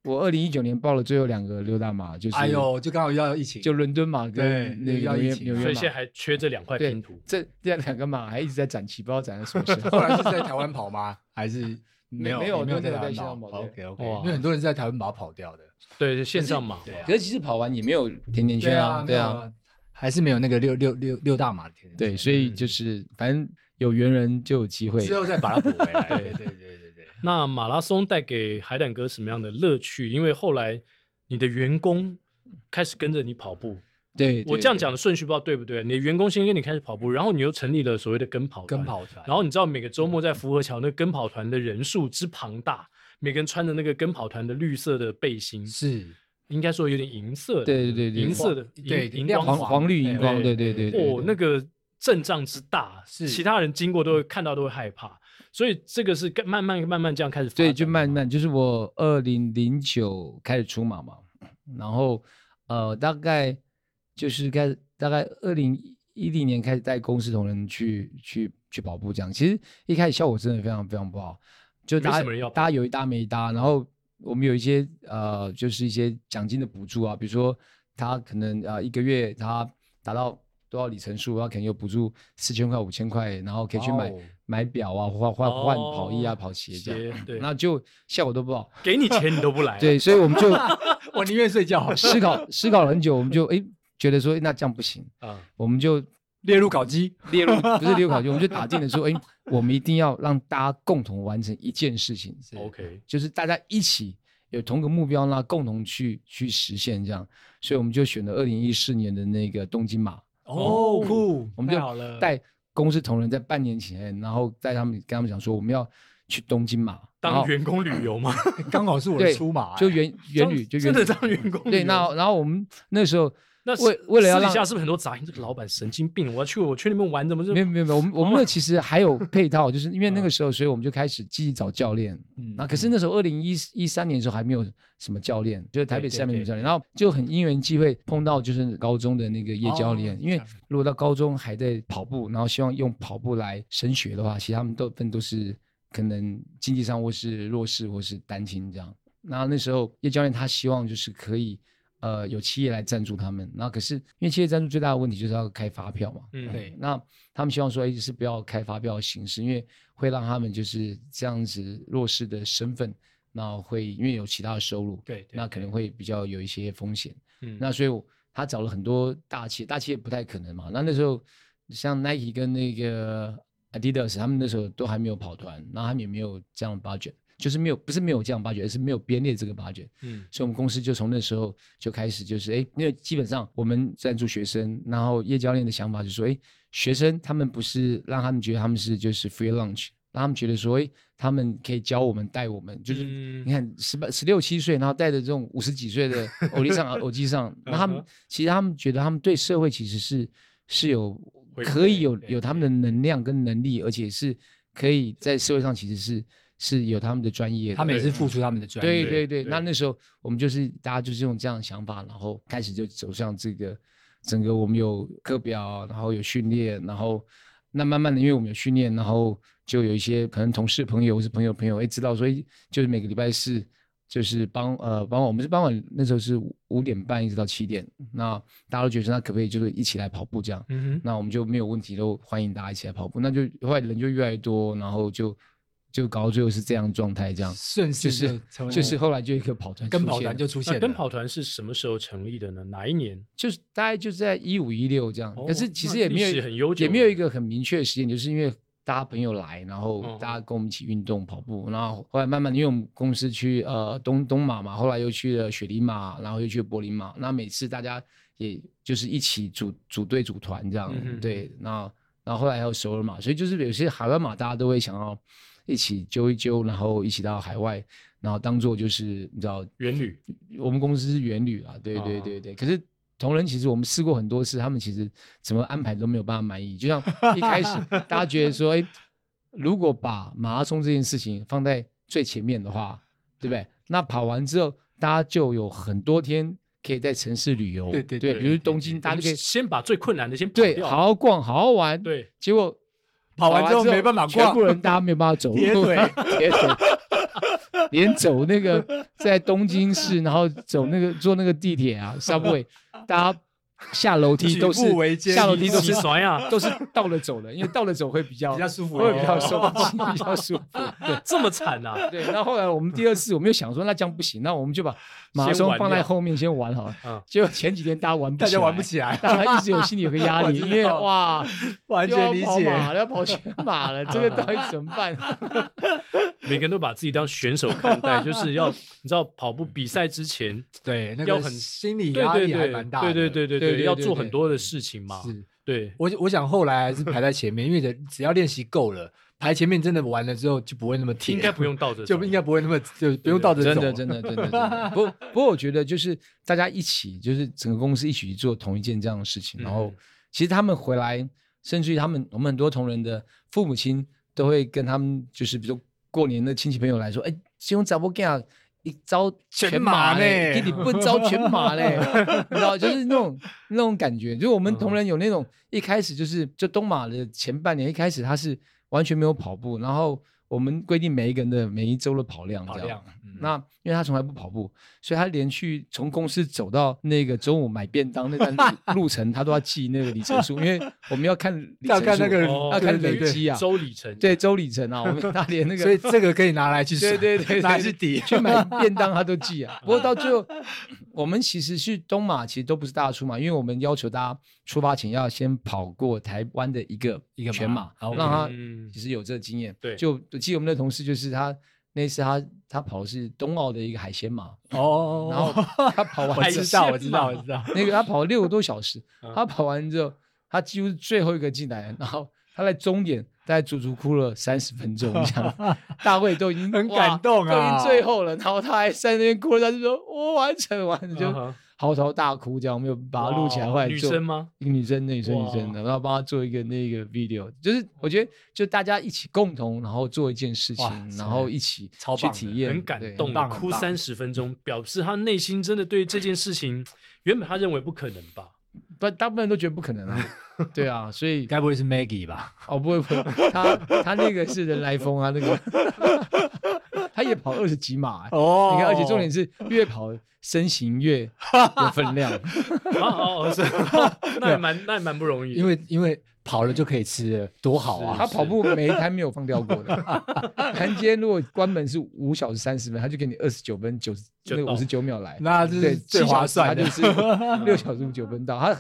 我二零一九年报了最后两个六大马，就是
哎呦，就刚好遇到疫情，
就伦敦马
对
跟那
又要
个纽约
疫情
纽
所
约
以现在
马，
还缺这两块
对
拼图。
这这两个马还一直在展旗，不知道展到什么时 候
后。 来是在台湾跑吗？还是没有
没有
你没有
都没有
台湾
在香港
跑
跑
？OK
对
OK，
哇
因为很多人是在台湾跑跑掉的。
对，就线上马。
啊
可是其实跑完也没有甜甜圈啊，对
对
啊，，
还是没有那个六六六六大马的天
对，所以就是反正有缘人就有机会
啊
之。后再把它补回来。对对对对对，
那马拉松带给海胆哥什么样的乐趣？因为后来你的员工开始跟着你跑步，
对，
我
对
这样
对
讲的顺序不知道对不啊对？你的员工先跟你开始跑步，然后你又成立了所谓的跟跑团
跟，跑团，
然后你知道每个周末在福和桥那跟跑团的人数之庞大，每个人穿着那个跟跑团的绿色的背心，
是
应该说有点银色的，
对对对
银色的，
对
银银
亮
光
黄黄绿荧光，
对
对对对，对
哦，那个阵仗之大，
是
其他人经过
嗯
都会看到都会害怕，所以这个是跟慢慢慢慢这样开始发展的
对，
吗，
就慢慢，就是我二零零九开始出马嘛，然后呃，大概就是开始大概二零一零年开始带公司同仁去去去跑步这样。其实一开始效果真的非常非常不好，就
没
大
什么人要
家大家有一搭没一搭，然后我们有一些呃，就是一些奖金的补助啊，比如说他可能呃一个月他达到。多少里程数，他可能有补助四千块、五千块，然后可以去买、
哇哦
买表啊，换换换跑衣啊、
哦
跑鞋这样。
对，
那就效果都不好。
给你钱你都不来啊，
对，所以我们 就
我宁愿睡觉，
思考思考了很久，我们就哎觉得说诶那这样不行，
啊，
我们就
列入考鸡。
列入不是列 入考卷，我们就打定了说，哎，我们一定要让大家共同完成一件事情，
OK，
就是大家一起有同个目标，那共同去去实现这样。所以我们就选了二零一四年的那个东京马，
哦，酷，
我们就
太好
嗯
了，
带公司同仁在半年前，然后带他们跟他们讲说，我们要去东京马，然
当
后
员工旅游嘛，
刚好是我的
对
出马，
就
哎
原原
当
旅就
真
原
的
旅
当员工旅游
对，那然后我们那时候。
那
为
私
为了要
私底
让
下是不是很多杂音？这个老板神经病，我要去我去那边玩，怎么就
没有没有没有，我们我们那其实还有配套，就是因为那个时候，所以我们就开始积极找教练。
嗯
那可是那时候二零一一三年的时候还没有什么教练，就是台北市还没有
对对
教练，然后就很因缘际会碰到就是高中的那个叶教练
哦，
因为如果到高中还在跑步，然后希望用跑步来升学的话，其实他们都分都是可能经济上或是弱势或是单亲这样。那那时候叶教练他希望就是可以。呃，有企业来赞助他们，然后可是因为企业赞助最大的问题就是要开发票嘛，
嗯
对
那他们希望说，哎，是不要开发票的形式，因为会让他们就是这样子弱势的身份，那会因为有其他的收入，
对对
那可能会比较有一些风险。
嗯
那所以我他找了很多大企业，大企业不太可能嘛。那那时候像 Nike 跟那个 Adidas，他们那时候都还没有跑团，那他们也没有这样的 budget，就是没有不是没有这样的 budget，而是没有编列这个 budget。
嗯
所以我们公司就从那时候就开始，就是哎，诶因为基本上我们赞助学生，然后叶教练的想法就是说，哎，学生他们不是让他们觉得他们是就是 free lunch，让他们觉得说，哎，他们可以教我们带我们，就是、
嗯
你看十八十六七岁，然后带着这种五十几岁的 偶力上偶机上，那他
嗯
们
哼
其实他们觉得他们对社会其实是是有
回
可
馈
以有
对
有他们的能量跟能力，而且是可以在社会上其实是是有他们的专业的，
他们也是付出他们的专
对
业，
对
对
对，那那时候我们就是大家就是用这样的想法，然后开始就走向这个整个我们有课表，然后有训练，然后那慢慢的因为我们有训练，然后就有一些可能同事朋友或是朋友朋友哎知道，所以就是每个礼拜四就是帮呃帮我们是傍晚那时候是五五点半一直到七点，那大家都觉得说那可不可以就是一起来跑步这样，
嗯哼，
那我们就没有问题，都欢迎大家一起来跑步，那就后来人就越来越多，然后就就搞到最后是这样的状态这样。
顺势
就是
成为
就是后来就一个跑团出现
跟
了，
跑团就出
那
现了，
啊跟跑团是什么时候成立的呢？哪一年？
就是大概就是在一五一六这样，
哦
可是其实
那
也
历
没
史
有
很悠久
也没有
了
一个很明确的时间，就是因为大家朋友来，然
嗯
后大家跟我们一起运动跑步，然后后来慢慢的，因为我们公司去呃东东马嘛，后来又去了雪梨马，然后又去了柏林马，那每次大家也就是一起组组队组团这样
嗯，哼
对，那然后后来还有首尔马，所以就是有些海外马大家都会想要一起揪一揪，然后一起到海外，然后当做就是你知道
元旅
我们公司是元旅啊，对对
啊
哦
对对。可是同仁其实我们试过很多次，他们其实怎么安排都没有办法满意。就像一 开始大家觉得说，哎，如果把马拉松这件事情放在最前面的话，对不对？那跑完之后，大家就有很多天可以在城市旅游，
对对
对，
对
比如东京，大家就可以
先把最困难的先跑
对
掉
好好逛，好好玩。，
对，
结果
跑完之后没办法
全
逛
部，人大家没有办法走路，
铁腿
铁腿连走那个在东京市，然后走那个坐那个地铁啊，subway，大家下楼梯都
举
是
步维艰
下楼梯都
洗
是
刷 呀，
都是倒着走的，因为倒着走会比较
比较舒服一哦
会
点，
比较舒服，比较舒服。对
这么惨呐、 啊！
对，那后来我们第二次，我们又想说，那这样不行，那我们就把马拉
先
松
玩
放在
掉
后面先玩好了。
嗯
结果前几天大家玩 不
大家玩不
来，
起来，
大家一直有心里有个压力，
我知
因为
道
哇，
完
又
全
要
理
跑
解。
马了，要跑全马了，这个到底怎么办？
每个人都把自己当选手看待， 就是要你知道跑步比赛之前，
对，那
要
个
很
心理
对
压
对
力还
对
蛮大
对
的。
对对对
对
对，
对
要
对
做
对
很多的事情嘛。
是
对，
我我想后来还是排在前面，因为只只要练习够了，排前面真的完了之后就不会那么铁，
应该不用倒着走，
就应该不会那么就不用倒着走。
真的，真的，真的，真的。不不过，我觉得就是大家一起，就是整个公司一起去做同一件这样的事情，然后
嗯
其实他们回来，甚至于他们我们很多同仁的父母亲都会跟他们，就是比如说过年的亲戚朋友来说，哎，这种咋不干啊？一招
全
马
马
嘞，
嘞
给你不招全 马嘞，你知道，就是那种那种感觉。就是我
嗯
们同仁有那种一开始就是就东马的前半年，一开始他是完全没有跑步，然后我们规定每一个人的每一周的跑量，
跑
这样
量。嗯
那因为他从来不跑步，所以他连续从公司走到那个中午买便当那段 路路程，他都要记那个里程数，因为我们要看里程
要
数，
看那个
哦
要看累
对
积啊，
周里程，
对周里程啊，我们 他连那个
所以这个可以拿来去
对对对 对，
拿
对
去抵。
去买便当他都记啊。不过到最后，我们其实去东马其实都不是大家出马，因为我们要求大家出发前要先跑过台湾的一个
一个马啊
全马，
好
让他
嗯
其实有这个经验。
对
就我记得我们的同事就是他那次他他跑的是冬奥的一个海鲜马，
哦，
然后他跑
我
完之
知
后
道，我知道，我知道。
那个他跑了六个多 小时
嗯，
他跑完之后，他几乎是最后一个进来，然后他在终点大概足足哭了三十分钟，这 样大卫都已经
很
哇
感动啊
都已经最后了，然后他还在那边哭了，他就说我完成完成，
嗯
就
哼
嚎啕大哭这样，我们有把他录起来，
哇
后来
女
做
生吗？
一个女生，女生，女生
哇
的，然后帮她做一个那个 video，就是我觉得就大家一起共同，然后做一件事情
哇，
然后一起
超
去
棒的
体验，
很感
对
动
很，棒
哭
很棒
三十分钟，表示他内心真的对这件事情，原本他认为不可能吧？
不，大部分人都觉得不可 能啊，对啊，所以
该不会是 Maggie 吧？
哦，不会不会，他他那个是人来疯啊，那个 他也跑二十几码、欸，
哦
你看，而且重点是越跑身形越有 分量，
啊 哦 哦，是，那
啊
也蛮那也蛮不容易的，
因为因为跑了就可以吃了，多好
他
啊！
跑步每一摊没有放掉过的。 他今天如果关门是五小时三十分，他就给你二十九分九
就
那个
到
五十九秒来，
那这
对，
是最
七小
划
时他
算的
就。是六小时五九分到，他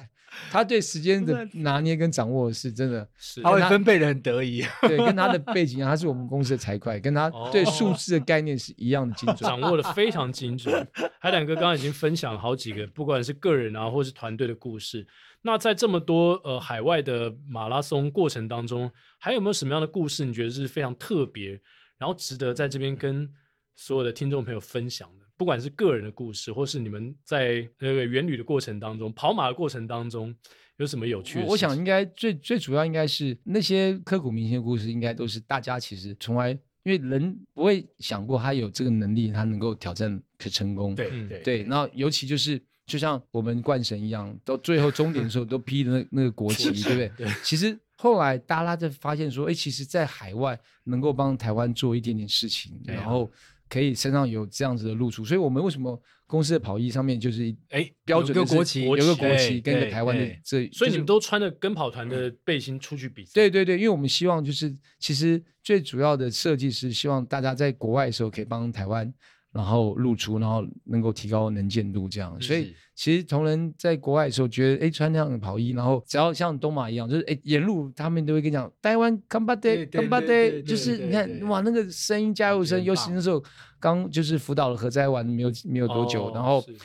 他对时 间的拿捏跟掌握是真的。
是
他会
那
分配的很得意，啊
对，跟他的背景一样，啊他是我们公司的财会，跟他对数字的概念是一样的精 准。
掌握的非常精准。海胆哥刚刚已经分享了好几个，不管是个人啊，或是团队的故事。那在这么多呃海外的马拉松过程当中，还有没有什么样的故事你觉得是非常特别，然后值得在这边跟所有的听众朋友分享的？不管是个人的故事，或是你们在那个远旅的过程当中、跑马的过程当中，有什么有趣的
我我
事情
想应该最最主要应该是那些刻骨铭心的故事，应该都是大家其实从来因为人不会想过他有这个能力，他能够挑战可成功。
对
嗯
对
对，那尤其就是就像我们冠神一样，到最后终点的时候都披着那那个国旗，对不对？
对
其实后来大家就发现说，哎，其实，在海外能够帮台湾做一点点事情，
对啊
然后可以身上有这样子的露出，所以我们为什么公司的跑衣上面就是
哎
标
有
准就
个
是
国旗
有个国
对
哎
旗跟一个
对
台湾的
对
这，
所以
就
你
是
们都穿着跟跑团的背心出去比赛，
对对对，因为我们希望就是，其实最主要的设计是希望大家在国外的时候可以帮台湾，然后露出，然后能够提高能见度这样。所以
是
其实同仁在国外的时候，觉得哎穿那样的跑衣，然后只要像东马一样，就是哎沿路他们都会跟你讲台湾 c o m b a t
对
e c o
对
m b a
对
t e
对
就是
对
你
对
看
对
哇那个声音加油声，
很
尤其
棒
那时候刚就是辅导了核灾完没有没有多久，
哦
然后
是。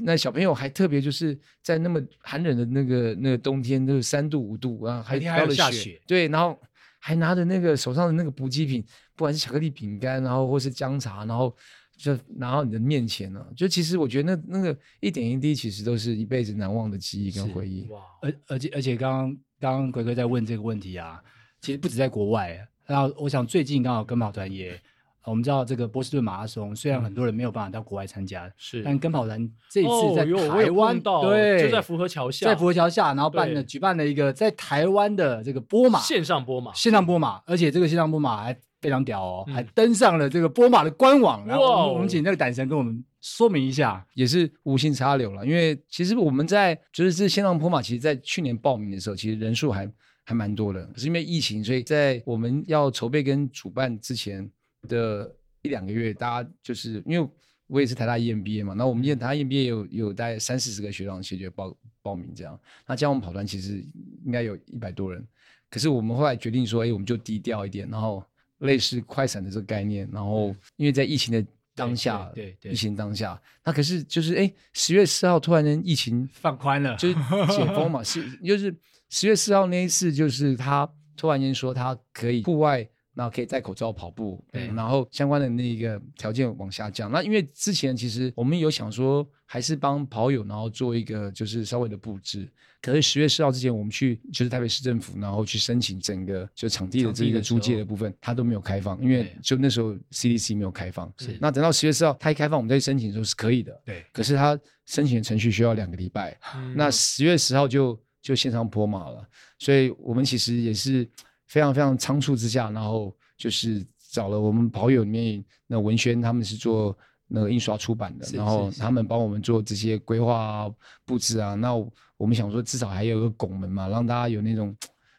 那小朋友还特别就是在那么寒冷的那个那个冬天，就是三度五度啊，还
一定还有
飘了
下雪
对，然后还拿着那个手上的那个补给品，不管是巧克力饼干，然后或是姜茶，然后就拿到你的面前了、就其实我觉得那那个一点一滴，其实都是一辈子难忘的记忆跟
是
回忆。
哇，
而而且而且刚刚刚刚鬼哥在问这个问题啊，其实不止在国外，那我想最近刚好跟跑团也，呃我们知道这个波士顿马拉松，虽然很多人没有办法到国外参加，
是
但跟跑团这一
哦
次在
有我
台
有
湾，
碰到
对，
就在福和桥下
在福和桥下，然后办了
对
举办了一个在台湾的这个波马
线上播嘛，
线上波马，而且这个线上波马还非常屌哦，
啊嗯
还登上了这个波马的官网。然后我
哇
们
哦
我们请那个胆神跟我们说明一下。
也是无心插柳了，因为其实我们在就是这线上坡马，其实在去年报名的时候，其实人数还还蛮多的，可是因为疫情，所以在我们要筹备跟主办之前的一两个月，大家就是因为我也是台大 E EMBA 嘛，那我们也台大 E EMBA 有有大概三四十个学长学姐报报名这样，那加上我们跑团其实应该有一百多人，可是我们后来决定说，哎，我们就低调一点，然后类似快闪的这个概念，然后因为在疫情的当下，
嗯对对对
疫情当下，那可是就是哎，十月四号突然间疫情
放宽了，
就是解封嘛，是就是十月四号那一次，就是他突然间说他可以户外，然后可以戴口罩跑步，
对
然后相关的那个条件往下降。那因为之前其实我们有想说，还是帮跑友然后做一个就是稍微的布置。可是十月四号之前，我们去就是台北市政府，然后去申请整个就场地的
场地
这个
的时
租借
候
的部分，它都没有开放，因为
对
就那时候 CDC 没有开放。
是
那等到十月四号它一开放，我们再去申请的时候是可以的。
对
可是它申请的程序需要两个礼拜，
嗯
那十月十号就就线上泼马了，所以我们其实也是非常非常仓促之下，然后就是找了我们跑友里面那文轩他们是做那个印刷出版的，
是
然后
是是
他们帮我们做这些规划啊、布置啊。那我们想说至少还有一个拱门嘛，让大家有那种。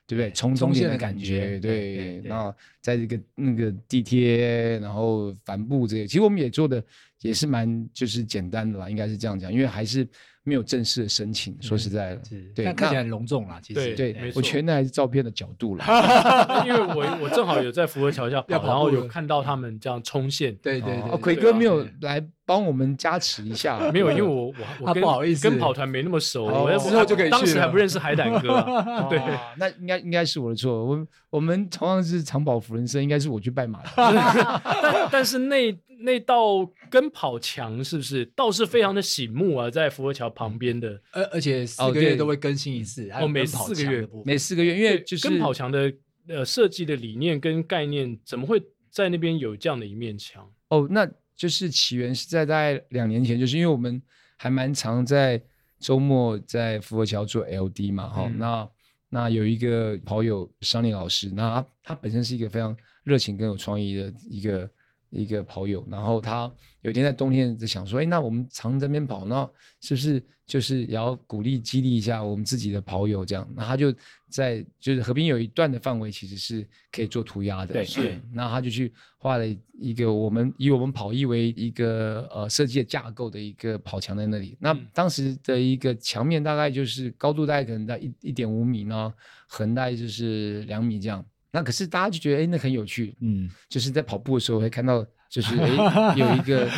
对不对？冲
冲
终
线
点
的
的
感
感
觉对
觉，
对
对。
对
那在这个那个地铁，然后帆布这些，其实我们也做的也是蛮就是简单的啦，应该是这样讲，因为还是没有正式的申请。说实在的，
是，
对
但看起
那
来很隆重啦，其实
对没
对
错
我全的还是照片的角度啦。
因为我我正好有在福和桥下
要
跑，
跑
然后
步
有
了
看到他们这样冲线，
对对
哦
对，
哦奎
对
哥
对
没有
对
来帮我们加持一下，
没有，因为我我我
啊
跟
不好意思
跟跑团没那么熟，
哦
我
之后
就可以去
当时还
了
不认识海胆哥 啊，对，
哇嗯哦那应该应该是我的错。我我们同样是长跑福人生，应该是我去拜马的。
但但是那那道跟跑墙是不是倒是非常的醒目啊，在福和桥旁边的
而而且四
哦
个月
对
都会更新一次，还有
哦每
奔跑
四个
墙
月
的部分
每四个月，因为就是
跟跑墙的呃设计的理念跟概念，怎么会在那边有这样的一面墙？
哦，那就是起源是在大概两年前，就是因为我们还蛮常在周末在福和桥做 LD 嘛，哈、
嗯
那那有一个跑友商林老师，那他他本身是一个非常热情跟有创意的一个一个跑友，然后他有一天在冬天在想说，哎，那我们常在那边跑，那是不是就是也要鼓励激励一下我们自己的跑友这样？那他就在就是河滨有一段的范围其实是可以做涂鸦的，嗯
对
是
那他就去画了一个我们以我们跑艺为一个呃设计的架构的一个跑墙在那里。那
嗯
当时的一个墙面大概就是高度大概可能在一一点五米呢，横大概就是两米这样。那可是大家就觉得哎、诶那很有趣，
嗯，
就是在跑步的时候会看到就是哎、诶有一个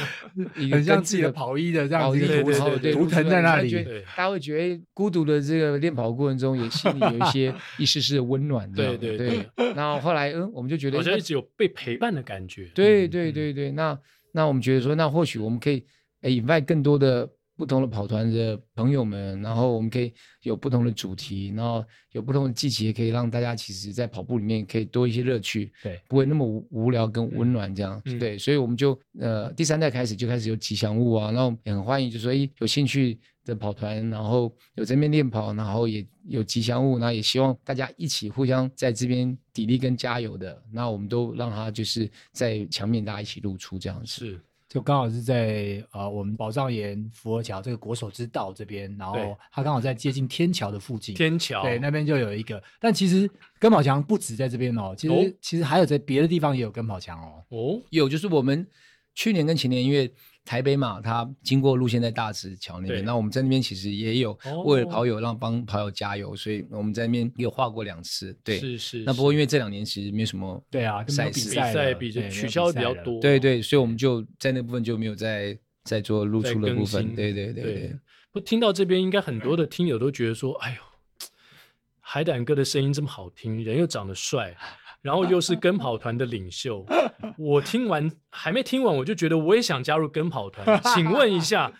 一 个
很像
跟
自己的
跑。
跑衣的这样
跑
子一个
一
对
图
对
个
对
腾
对
图腾在那
哦对
里，
对
大家会觉得哎孤独的这个练跑过程中，也心里有一 些一丝丝的温暖这样。
对对
对。然后后来，嗯，我们就觉得
好像
那
一直有被陪伴的感觉。
对
嗯
对
嗯
对对，那那我们觉得说，那或许我们可以诶引发更多的不同的跑团的朋友们，然后我们可以有不同的主题，然后有不同的季节，可以让大家其实在跑步里面可以多一些乐趣，
对，
不会那么无无聊跟温暖这样。
嗯
对，所以我们就呃第三代开始就开始有吉祥物啊，然后也很欢迎，就说诶有兴趣。的跑团，然后有这边练跑，然后也有吉祥物，然后也希望大家一起互相在这边砥砺跟加油的。那我们都让他就是在墙面大家一起露出这样子。
是
就刚好是在呃我们宝藏岩福尔桥这个国手之道这边，然
对
后它刚好在接近天桥的附近，
天桥，
对，那边就有一个。但其实跟跑墙不止在这边哦，其实、
哦
其实还有在别的地方也有跟跑墙哦。
哦，
有就是我们去年跟前年因为台北嘛，它经过路线在大直桥那
对
边，那我们在那边其实也有
哦
为了跑友让帮跑友加油，所以我们在那边也有画过两次。对，
是是。
那不过因
为
为这两年其实没有什么
对啊，根本没有
赛事
比
赛
赛
了
比
对
就
没有
取
比
消得比
赛
较
了
多，
对对，所以我们就在那部分就没有再再做露
在
出的
更
部分。
新
对对对
对
对。
不听到这边，应该很多的听友都觉得说：“哎呦，海胆哥的声音这么好听，人又长得帅，然后又是跟跑团的领袖。我听完还没听完，我就觉得我也想加入跟跑团。请问一下，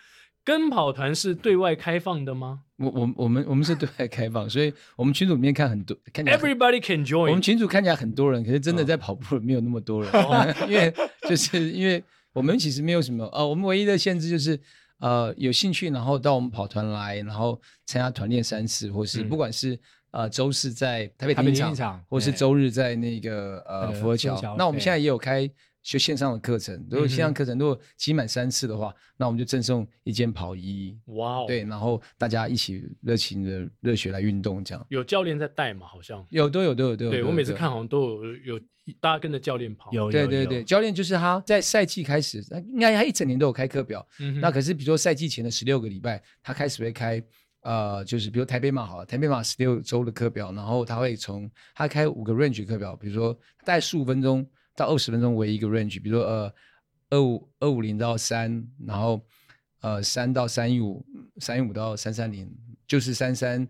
跟跑团是对外开放的 吗
我我我们我们是对外开放，所以我们群组里面看很多，看起来很
？Everybody can
我们
join。
群组看起来很多人，可是真的在跑步的没有那么多人， 因为就是因为我们其实没有什么呃，我们唯一的限制就是呃有兴趣，然后到我们跑团来，然后参加团练三次，或是
嗯
不管是、呃周四在台北
台
田
北
径
田
场，
径场
或是
对
周日在那个呃
呃
福和
福和
桥
桥，
那我们
对
现在也有开。就线上的课程，如果线
嗯哼
上课程如果集满三次的话，那我们就赠送一件跑衣，
哇哦，
对，，然后大家一起热情的热血来运动，这样
有教练在带嘛？好像。
有都有都有都有。
对
都
我
有
每次
都有
看好像都有有大家跟着教练跑。
有
对
有
对
有
对，教练就是他在赛季开始，他应该他一整年都有开课表。
嗯哼，
那可是比如说赛季前的十六个礼拜，他开始会开，呃，就是比如台北马好了，台北马十六周的课表，然后他会从他开五个 range 课表，比如说大概十五分钟到二十分钟为一个 range，比如说呃二五二五零到三，然后呃三到三一五，三一五到三三零，就是三三。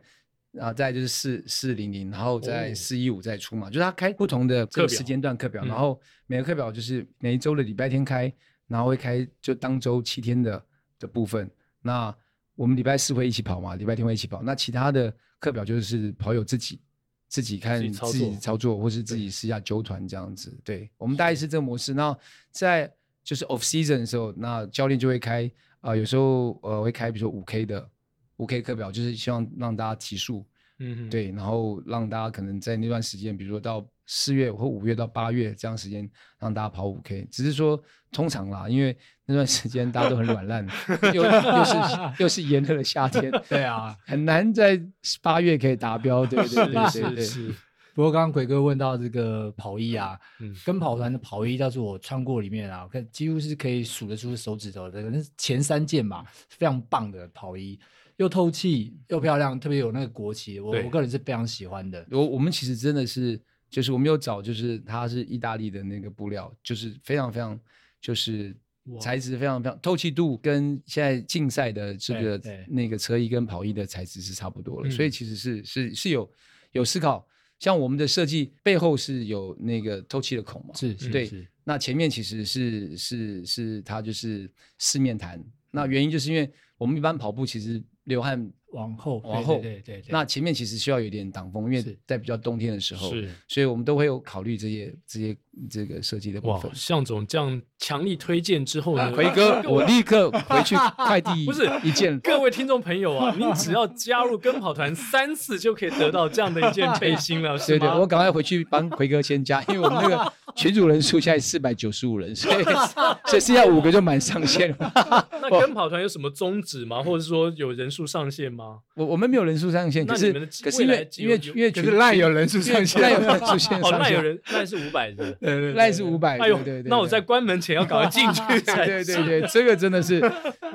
然后再来就是四四零零，然后再
哦
四一五再出嘛，就是他开不同的这
课
个
表
时间段课表，
嗯
然后每个课表就是每一周的礼拜天开，然后会开就当周七天的的部分。那我们礼拜四会一起跑嘛，礼拜天会一起跑。那其他的课表就是跑友自己自己看
自己操
自
作
己操作，或是自己私下揪团这样子。对我们大概是这个模式。那在就是 off season 的时候，那教练就会开啊、呃有时候呃会开比如说五 K 的五 K 课表，就是希望让大家提速。
嗯哼，
对，然后让大家可能在那段时间，比如说到四月或五月到八月这样时间，让大家跑五 K。只是说通常啦，因为那段时间大家都很软烂， 又又是又是炎热的夏天，
对啊。
很难在八月可以达标，对对 对
是
对
是
对。
是，
不过刚刚奎哥问到这个跑衣啊，
嗯
跟跑团的跑衣，要是我穿过里面啊，看几乎是可以数得出手指头的，可能是前三件
嗯
吧，非常棒的跑衣，又透气又漂亮，特别有那个国旗，我
对
我个人是非常喜欢的。
我我们其实真的是，就是我们有找，就是它是意大利的那个布料，就是非常非常，就是
哇
材质非常非常透气度跟现在竞赛的这
对
个
对
那个车衣跟跑衣的材质是差不多了，
嗯
所以其实是是是有有思考，像我们的设计背后是有那个透气的孔嘛，
是是
对
是，
那前面其实是是是它就是四面弹，那原因就是因为我们一般跑步其实流汗
往后
往
对
后
对对对对
那前面其实需要有点挡风，因
是
为在比较冬天的时候，
是
所以我们都会有考虑这些这些这个设计的部
哇
分，。
向总这样强力推荐之后呢，
啊奎哥， 我立刻回去快递
不是
一件，
各位听众朋友啊，你只要加入跟跑 团三次，就可以得到这样的一件背心了，是
对对，
吗？
我赶快回去帮奎哥先加，因为我们那个群主人数现在四百九十五人，所以所以剩下五个就满上限了。
那跟跑团有什么宗旨吗？或者说有人数上限吗？
我我们没有人数上限，
那
可
你
是
们的
可是因
未来
为
有
因为
有
因为
可是
群
赖有人数上限，
赖有人数现
哦，
上
那有
限，
人那是五百人，
对对对
赖是五百，
哎
对
呦
对对，，
那我
对
在关门前要赶快进去才
对对
是
对，这个真的是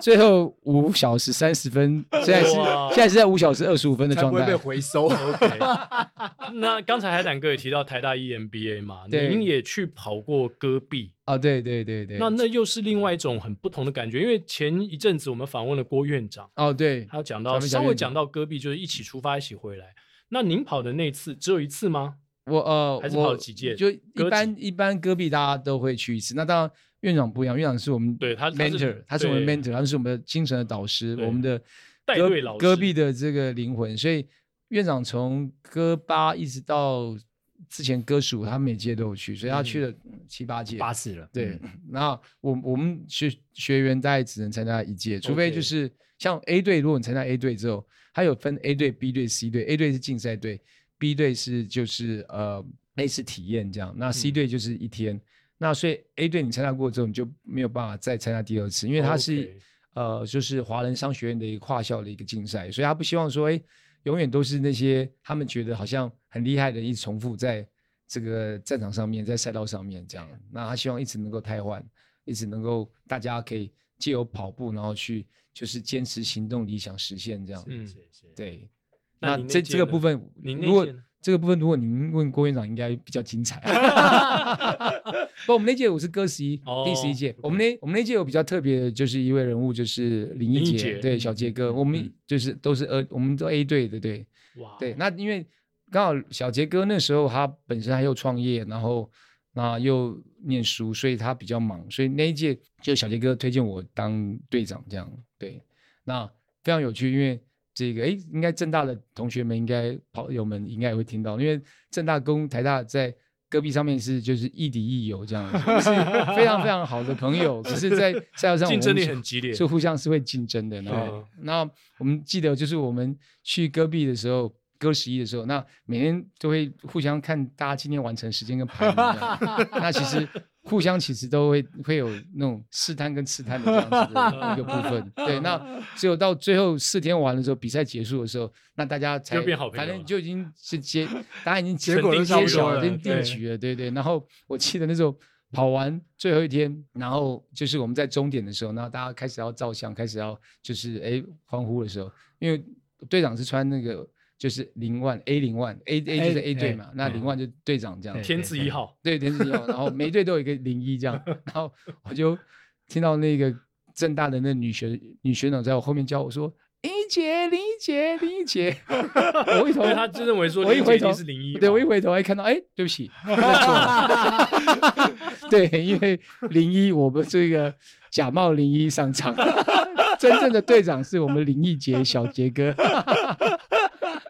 最后五小时三十分，现在是
哇
现在是在五小时二十五分的
才不
状
会
态
被。回 收。
OK，那 刚才海胆哥也提到台大 E EMBA 嘛，
对
您也去跑过戈壁，
啊，对对对对，
那那又是另外一种很不同的感觉。因为前一阵子我们访问了郭院长，
哦对，
他讲到
咱们
稍
讲
微
院
讲
长
到戈壁，就是一起出发一起回来。那您跑的那次只有一次吗？
我呃
还是跑
我
了几届
就一
歌
般一般戈壁大家都会去一次，那当然院长不一样，院长是我们
对他他是
mentor，他是我们
对
mentor，他是我们的精神的导师，
对
我们的
带
戈
队老师
戈壁的这个灵魂，所以院长从戈巴一直到之前戈属，他每届都有去，所以他
嗯
去了七八届，
八次了，嗯
对，那我我们学学员大概只能参加一届，除非
OK
就是像 A 队，如果你参加 A 队之后，它有分 A 队、B 队、C 队，A 队是竞赛队，B 队是就是呃类似体验这样，那 C
嗯
队就是一天。那所以 A 队你参加过之后，你就没有办法再参加第二次，因为它是
OK
呃就是华人商学院的一个跨校的一个竞赛，所以他不希望说哎永远都是那些他们觉得好像很厉害的人一直重复在这个战场上面，在赛道上面这样。那他希望一直能够汰换，一直能够大家可以借由跑步，然后去就是坚持行动，理想实现这样。
嗯，
对。
那
那
您那
这
届
这个
呢
部分，
您
如
那
果
届呢
这个部分，如果您问郭院长，应该比较精彩。啊
嗯
不，我们那届我是哥十一，
哦
第十一届
OK。
我们那我们那届有比较特别，的就是一位人物，就是林
林
一
奕
杰，
杰
对小杰哥，我们
嗯
就是都是呃，我们都 A 队的，对
哇，
对。那因为刚好小杰哥那时候他本身他又创业，然后那又念书，所以他比较忙，所以那一届就小杰哥推荐我当队长这样。对，那非常有趣，因为这个诶，应该正大的同学们应该跑友们应该也会听到，因为正大跟台大在。戈壁上面是就是亦敌亦友这样，就是非常非常好的朋友。可是，在赛道上我
竞
们
争力
是
很激烈。
是互相是会竞争的。然后，那我们记得就是我们去戈壁的时候，戈十一的时候，那每天都会互相看大家今天完成时间跟排名 的。那其实互相其实都会会有那种试探跟刺探的这样子的一个部分。对，那只有到最后四天完了之后，比赛结束的时候，那大家才
就变好朋友
反正
了
就已经是接，大家已经
结果
已
都
经
差不
接
多
手
了
已经定
对
局了，对对。然后我记得那时候跑完最后一天，然后就是我们在终点的时候，然后大家开始要照相，开始要就是哎欢呼的时候，因为队长是穿那个就是零万 A 零万 A A
哎
就是 A 队嘛，那零万就队长这样，
天字一号，
对天字一号，然后每队都有一个零一 这样，然后我就听到那个正大的那女学女学长在我后面叫我说。林一姐，林一姐，林一姐， 我一头
因为他就认为说
我一
林
回
姐一定
头
是零一哦嘛，
对我一回头还看到，哎，对 不起，我认错了 对，因为零一我们这个假冒零一上场， 真正的队长是我们林奕杰小杰哥。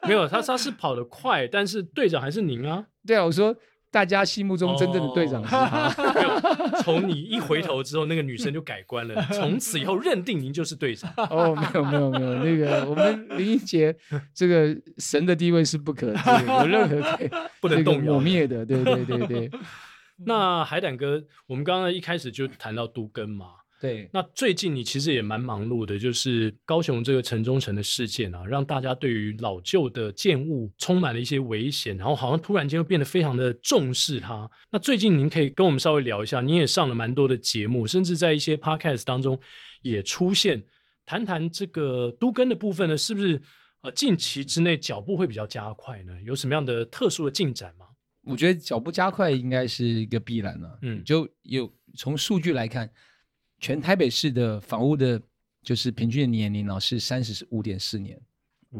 没有他，他是跑得快，但是队长还是您啊。
对啊，我说大家心目中真正的队长是他。
没有，从你一回头之后，那个女生就改观了，从此以后认定您就是队长。
哦，没有没有没有，那个我们林奕杰这个神的地位是不可这个有任何可以
不能
这个
动摇
抹灭的。对对对对
那海胆哥，我们刚刚一开始就谈到都根嘛，
对。
那最近你其实也蛮忙碌的，就是高雄这个城中城的事件啊，让大家对于老旧的建物充满了一些危险，然后好像突然间又变得非常的重视它。那最近您可以跟我们稍微聊一下，你也上了蛮多的节目，甚至在一些 podcast 当中也出现，谈谈这个都根的部分呢，是不是呃近期之内脚步会比较加快呢？有什么样的特殊的进展吗？
我觉得脚步加快应该是一个必然了、
嗯
就有从数据来看，全台北市的房屋的，就是平均的年龄呢是三十五点四年，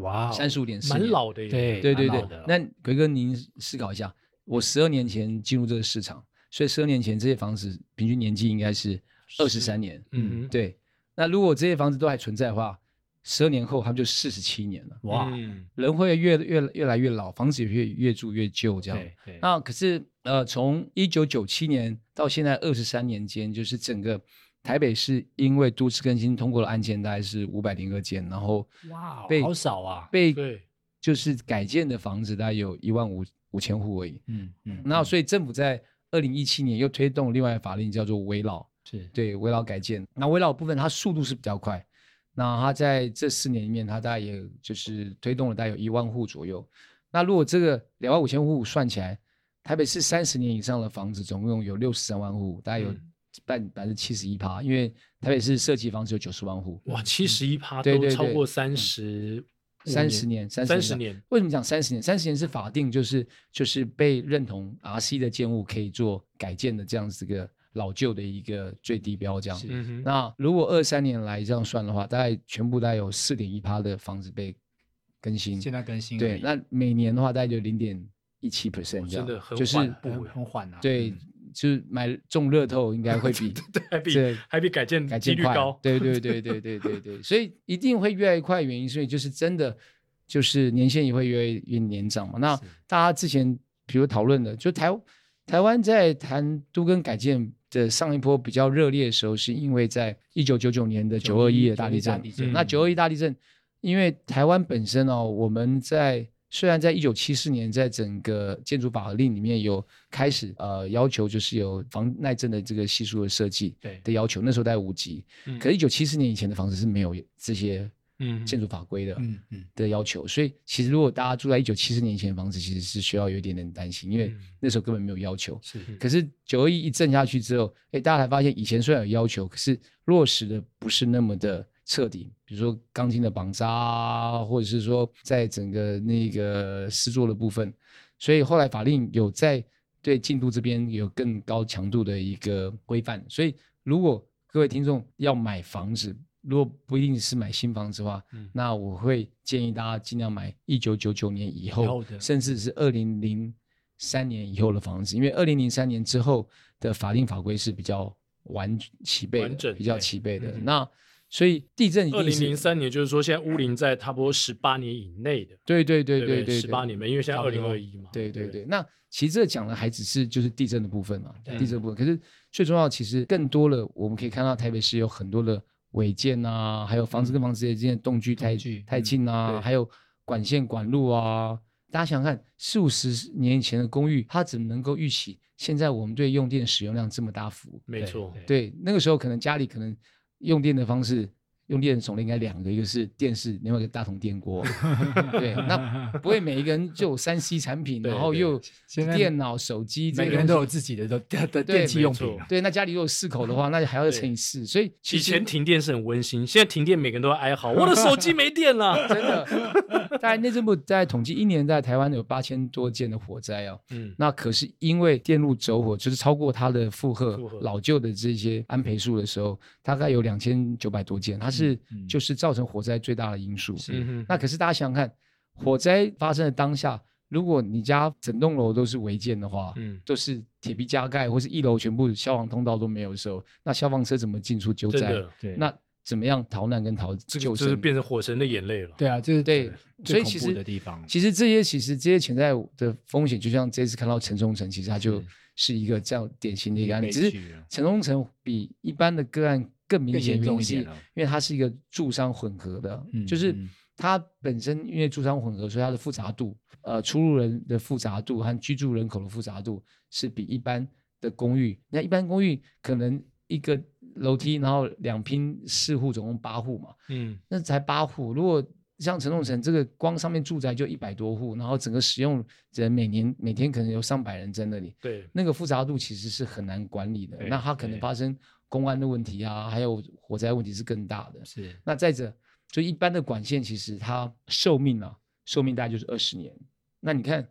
哇
三十五点四，
蛮，老的耶，
对
哦对对
蛮
对
老的了。
那奎哥，您思考一下，我十二年前进入这个市场，所以十二年前这些房子平均年纪应该是二十三年，
嗯哼，
对。那如果这些房子都还存在的话，十二年后他们就四十七年了。
哇，
嗯
人会越越越来越老，房子也越越住越旧，这样。
对对，
那可是呃，从一九九七年到现在二十三年间，就是整个台北市因为都市更新通过的案件大概是五百零二件，然后
哇
被
好少啊，
被
对
就是改建的房子大概有一万五五千户而已。
嗯嗯，
那所以政府在二零一七年又推动另外的法令叫做围绕，
是
对围绕改建。那围绕部分它速度是比较快，那它在这四年里面，它大概也就是推动了大概有一万户左右。那如果这个两万五千户算起来，台北市三十年以上的房子总共有六十三万户，大概有
嗯
半百分之七十一趴，因为台北市涉及房子有九十万户，
哇，七十一趴
嗯对
都
对
超
对嗯
过三十
三十年，三
三
十
十
年。
年，
为什么讲三十年？三十年是法定，就是就是被认同 RC 的建物可以做改建的这样子一个老旧的一个最低标这样。
是
嗯哼，
那如果二三年来这样算的话，大概全部大概有四点一趴的房子被更新。
现在更新而
对，
已
那每年的话大概就零点一七 percent 这
真
样，
的很
就是
缓步
哦很
哎
很缓啊，
对，
嗯
就是买中乐透应该会 比
对， 还
这
比还比改建
改
几
建
率
快
高，
对对对对对对对，所以一定会越来越快。原因所以就是真的，就是年限也会越来越年长嘛。那
是
大家之前比如讨论的，就台台湾在谈都跟改建的上一波比较热烈的时候，是因为在一九九九年的九二一的大地震。
震
那
嗯
九二一大地震，因为台湾本身哦，我们在虽然在一九七四年，在整个建筑法令里面有开始呃要求，就是有防耐震的这个系数的设计
对
的要求，那时候在五级，
嗯
可一九七四年以前的房子是没有这些
嗯
建筑法规的。
嗯嗯，
的要求，所以其实如果大家住在一九七四年以前的房子，其实是需要有一点点担心，因为
嗯
那时候根本没有要求。
是
可是九二一一震下去之后，哎，大家才发现以前虽然有要求，可是落实的不是那么的彻底。比如说钢筋的绑扎啊，或者是说在整个那个施作的部分，所以后来法令有在对进度这边有更高强度的一个规范。所以如果各位听众要买房子，如果不一定是买新房子的话，
嗯
那我会建议大家尽量买一九九九年以
以后
后
的，
甚至是二零零三年以后的房子，因为二零零三年之后的法定法规是比较完齐备的，
完整
比较
对
齐备的。
嗯
那所以地震一
二
定
零
是
零三年，就是说现在乌林在差不多十八年以内的，
对对对
对
对对，
十八年嘛，因为现在
差
二
不
零
多
二一嘛，
对对对，那其实这讲的还只是就是地震的部分嘛，
对
地震的部分。可是最重要的其实更多了，我们可以看到台北市有很多的违建啊，还有房子跟房子之间的动距太
动距
太
嗯
近啊，
对
还有管线管路啊。大家想想看，四五十年以前的公寓，它怎么能够预期现在我们对用电使用量这么大幅？
没错，
对，那个时候可能家里可能用电的方式，用电的种类应该两个，一个是电视，另外一个大同 电锅。对，那不会每一个人就有三 C 产品，
对
然后
对
又有
现在
电脑、手机这
每
些
个人都
东
有自己的的的的
对
电器
没
用
错
品啊，
对，那家里如果四口的话，那就还要再乘以四，所以其
以
实
前停电是很温馨，现在停电每个人都在哀嚎，我的手 机没电了。
真的，大概内政部在统计一年在台湾有八千多件的火灾哦，
嗯，
那可是因为电路走火，就是超过它的负荷
负荷
老旧的这些安培数的时候，大概有两千九百多件，它是
嗯嗯
就是造成火灾最大的因素。
嗯哼
那可是大家想想看，火灾发生的当下，如果你家整栋楼都是违建的话，
嗯，
都是铁皮加盖，或是一楼全部消防通道都没有的时候，那消防车怎么进出救
真
灾
的？，
对
那怎么样逃难跟逃
这个
救
就是
生？
变成火神的眼泪了。
对啊，这是
对所
最
以
恐
其
怖
实
的地方，
其实这些其实这些潜在的风险，就像这次看到城中城，其实它就是一个这样典型的一个案例。
悲
只是
剧啊
城中城比一般的个案更明
更
显
严
的原
重
因
一
是
点
因
了。
为它是一个住商混合的，
嗯
就是
嗯
它本身因为住商混合，所以它的复杂度，呃，出入人的复杂度和居住人口的复杂度是比一般的公寓。那一般公寓可能一个楼梯，然后两拼四户，总共八户嘛，
嗯，
那才八户。如果像城中城这个光上面住宅就一百多户，然后整个使用人每年每天可能有上百人在那里，
对，
那个复杂度其实是很难管理的。
对
那它可能
对
发生公安的问题啊，还有火灾问题是更大的。
是
那再者，就一般的管线，其实它寿命啊，寿命大概就是二十年。那你看，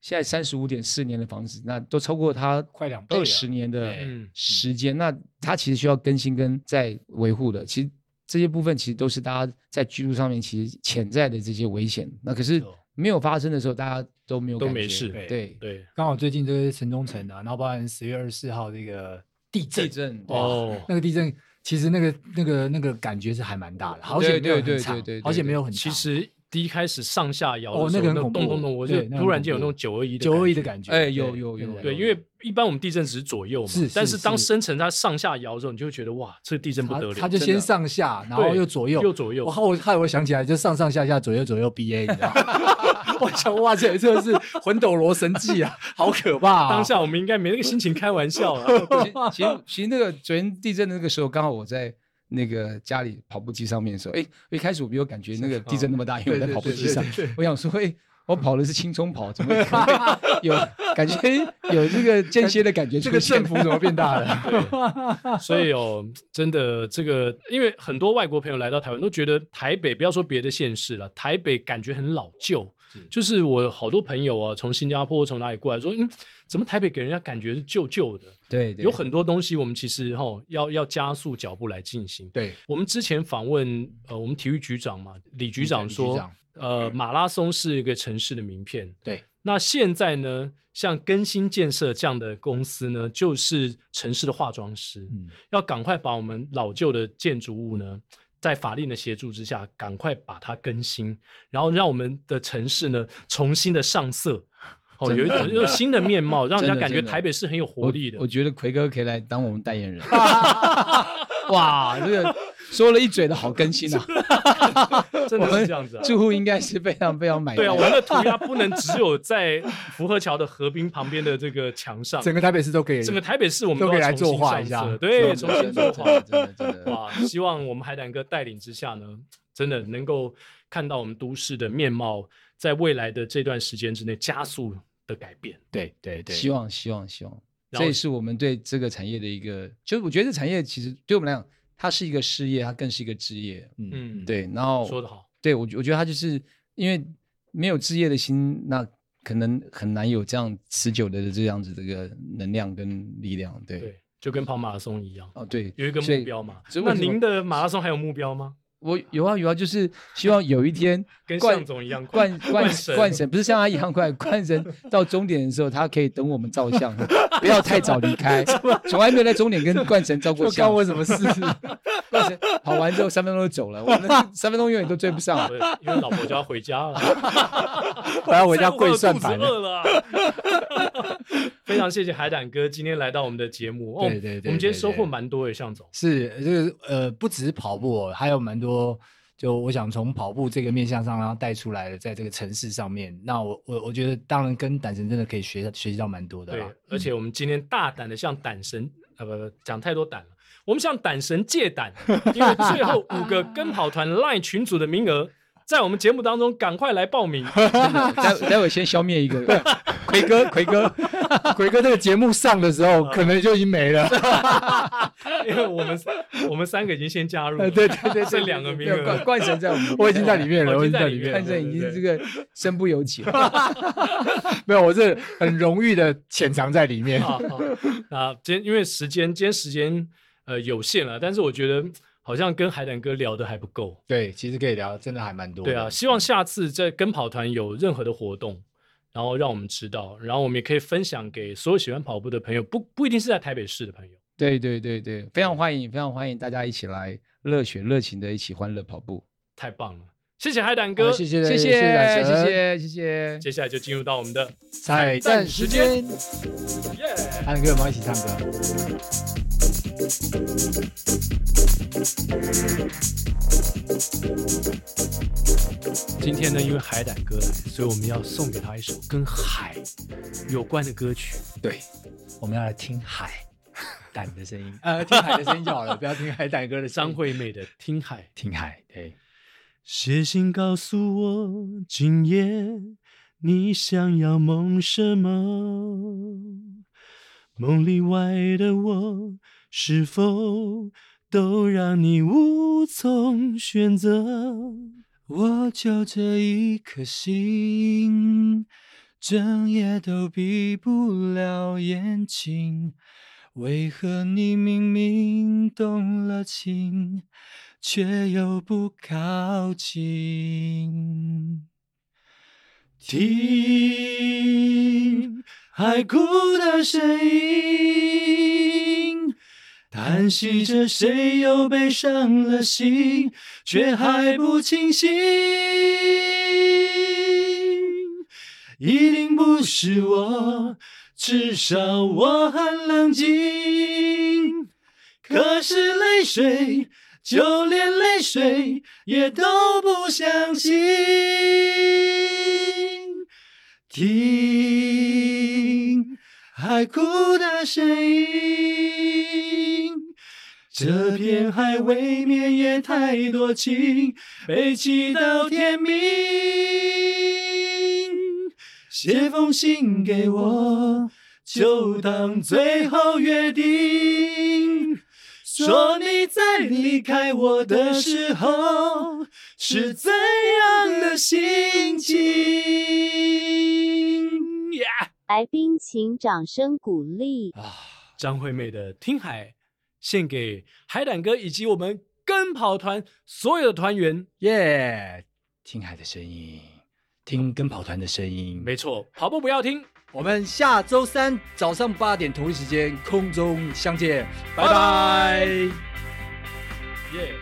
现在三十五点四年的房子，那都超过它
快两倍了啊
二十年的
对
嗯
时间，那它其实需要更新跟再维护的。其实这些部分其实都是大家在居住上面其实潜在的这些危险。那可是
没错
没有发生的时候，大家都没有
都
感
没
觉
事
对
对，
刚好最近这个城中城啊，然后包含十月二十四号这个地震
地，震对
哦，
那个地震其实那个那个那个感觉是还蛮大的，好险
对
没有
对
很
对
长
对对，对
好险没有很
其
长，
实第一开始上下摇
哦
的时
那
候，
个很
动
恐怖
动动，我就
对那个
突然
很
间有那
恐
种九二一的
九二
感
一
觉。
的感觉，
哎
对
有有
对
有
对
对，
有
因为一般我们地震只是左右嘛，
是是
但是当
是
深层它上下摇的时候，你就会觉得哇，这地震不
它
得了，
它就
真
先
的
上下，然后
对
又左右，
又左右
我害我害我想起来，就上上下下左右左右 B A，你知道吗？ 我想哇塞，这是魂斗罗神技啊，好可怕、啊！
当下我们应该没那个心情开玩 笑啊了。
其实其实其实那个昨天地震的那个时候，刚好我在那个家里跑步机上面的时候，哎，一开始我没有感觉那个地震那么大，因为我在跑步机上，我想说，哎，我跑的是轻松跑，怎么会有感觉有这个间歇的感觉
这
出现？
个振幅怎么变大了？
所以哦，真的这个，因为很多外国朋友来到台湾都觉得台北，不要说别的县市了，台北感觉很老旧
是。
就是我好多朋友啊，从新加坡从哪里过来说，嗯，怎么台北给人家感觉是旧旧的？
对，对
有很多东西我们其实哈、哦、要要加速脚步来进行。
对，
我们之前访问呃，我们体育局长嘛，李局长
李
说，
局长
呃，马拉松是一个城市的名片。
对，
那现在呢，像更新建设这样的公司呢，就是城市的化妆师，
嗯，
要赶快把我们老旧的建筑物呢，在法令的协助之下，赶快把它更新，然后让我们的城市呢重新的上色。哦，有一种有新的面貌，让人家
真的
感觉
真的
台北是很有活
我
力的
我。觉得奎哥可以来当我们代 言人。哇，这个说了一嘴的好更新啊！
真的是这样子啊。
住户应该是非常非常满意。
对啊，我们的涂鸦不能只有在福和桥的河滨旁边的这个墙上，
整个台北市都可以，
整个台北市我们
都可
要
以来
重新
作画
上
一下
色对，重
真的
新
真
作
的真
画
的。真的真的
哇，希望我们海胆哥带领之下呢，真的能够看到我们都市的面貌在未来的这段时间之内加速的改变。
对对对，
希望希望希望，
然
这
后
也是我们对这个产业的一个，就是我觉得这产业其实对我们来讲，它是一个事业，它更是一个职业。
嗯，，
对，然后
说得好，
对我觉我觉得它就是因为没有置业的心，那可能很难有这样持久的这样子的一个能量跟力量。对，
对。就跟跑马拉松一样，
哦，对，
有一个
所
目
以
标嘛。
所以为
那
什么
您的马拉松还有目标吗？
我有啊有啊，就是希望有一天
跟
冠
向总一样快，
冠冠
神
冠神不是像他一样快，冠神到终点的时候，他可以等我们照相，不要太早离开。从来没有在终点跟冠神照过
这干
相。
我什么事？
冠神跑完之后三分钟就走了，我们三分钟永远都追不上。啊
对因为老婆就要回家了。
我要回家
我
跪
的
算
肚子
盘了。
饿了啊。 非常谢谢海胆哥今天来到我们的节目，哦
对对对
我们今天
对
收获
对
蛮多的，向总。
是这个呃，不只是跑步、哦，还有蛮多。就我想从跑步这个面向上，然后带出来的，在这个城市上面，那我我我觉得，当然跟胆神真的可以学学习到蛮多的
对
啦。，
而且我们今天大胆的向胆神，呃，不不，讲太多胆了，我们向胆神借 胆，因为最后五个跟跑团 LINE 群组的名额，在我们节目当中赶快来报 名。
真的待待会先消灭一个奎哥，奎哥，
鬼哥这个节目上的时候，可能就已经没了。
因为我们我们三个已经先加入了，
对对对对，
剩两个名
没有冠
额，
冠神在我们，
我已经在里面了，
哦
我
已
已
经
经
在
在
里
里
面
面
了
了
冠。神已经
对
这
对
个身不由己了。
没有，我是很荣誉的潜藏在里面。
啊好好那今天因为时间，今天时间呃有限了，但是我觉得嗯好像跟海胆哥聊的还不够。
对，其实可以聊，真的还蛮多的。
对啊，希望下次在跟跑团有任何的活动，然后让我们知道，然后我们也可以分享给所有喜欢跑步的朋友，不不一定是在台北市的朋友。
对对对对，非常欢迎，非常欢迎大家一起来热血热情的一起欢乐跑步。
太棒了，谢谢海胆
好
哥，
谢谢
谢
谢
谢
谢
谢谢谢谢。
接下来就进入到我们的
彩蛋时间，
耶。
安哥，我们要一起唱歌。
今天呢，因为海胆哥来，所以我们要送给他一首跟海有关的歌曲。
对，我们要来听海胆的声音，呃，听海的声音就好了，不要 听海胆哥的声
张
音。
惠妹的《听海》。
听海，对，
写信告诉我，今夜你想要梦什么？梦里外的我，是否都让你无从选择？
我就这一颗心，整夜都闭不了眼睛。为何你明明动了情，却又不靠近？听海哭的声音，叹息着谁又被伤了心，却还不清醒。一定不是我，至少我很冷静。可是泪水，就连泪水也都不相信。听海哭的声音，这片海未免也太多情，被气到天明。写封信给我，就当最后约定。说你在离开我的时候是怎样的心情？
来宾请掌声鼓励。
张惠妹的《听海》献给海胆哥以及我们跟跑团所有的团员。
耶、听海的声音，听跟跑团的声音。
没错，跑步不要听，
我们下周三早上八点同一时间空中相见，拜
拜
拜
耶、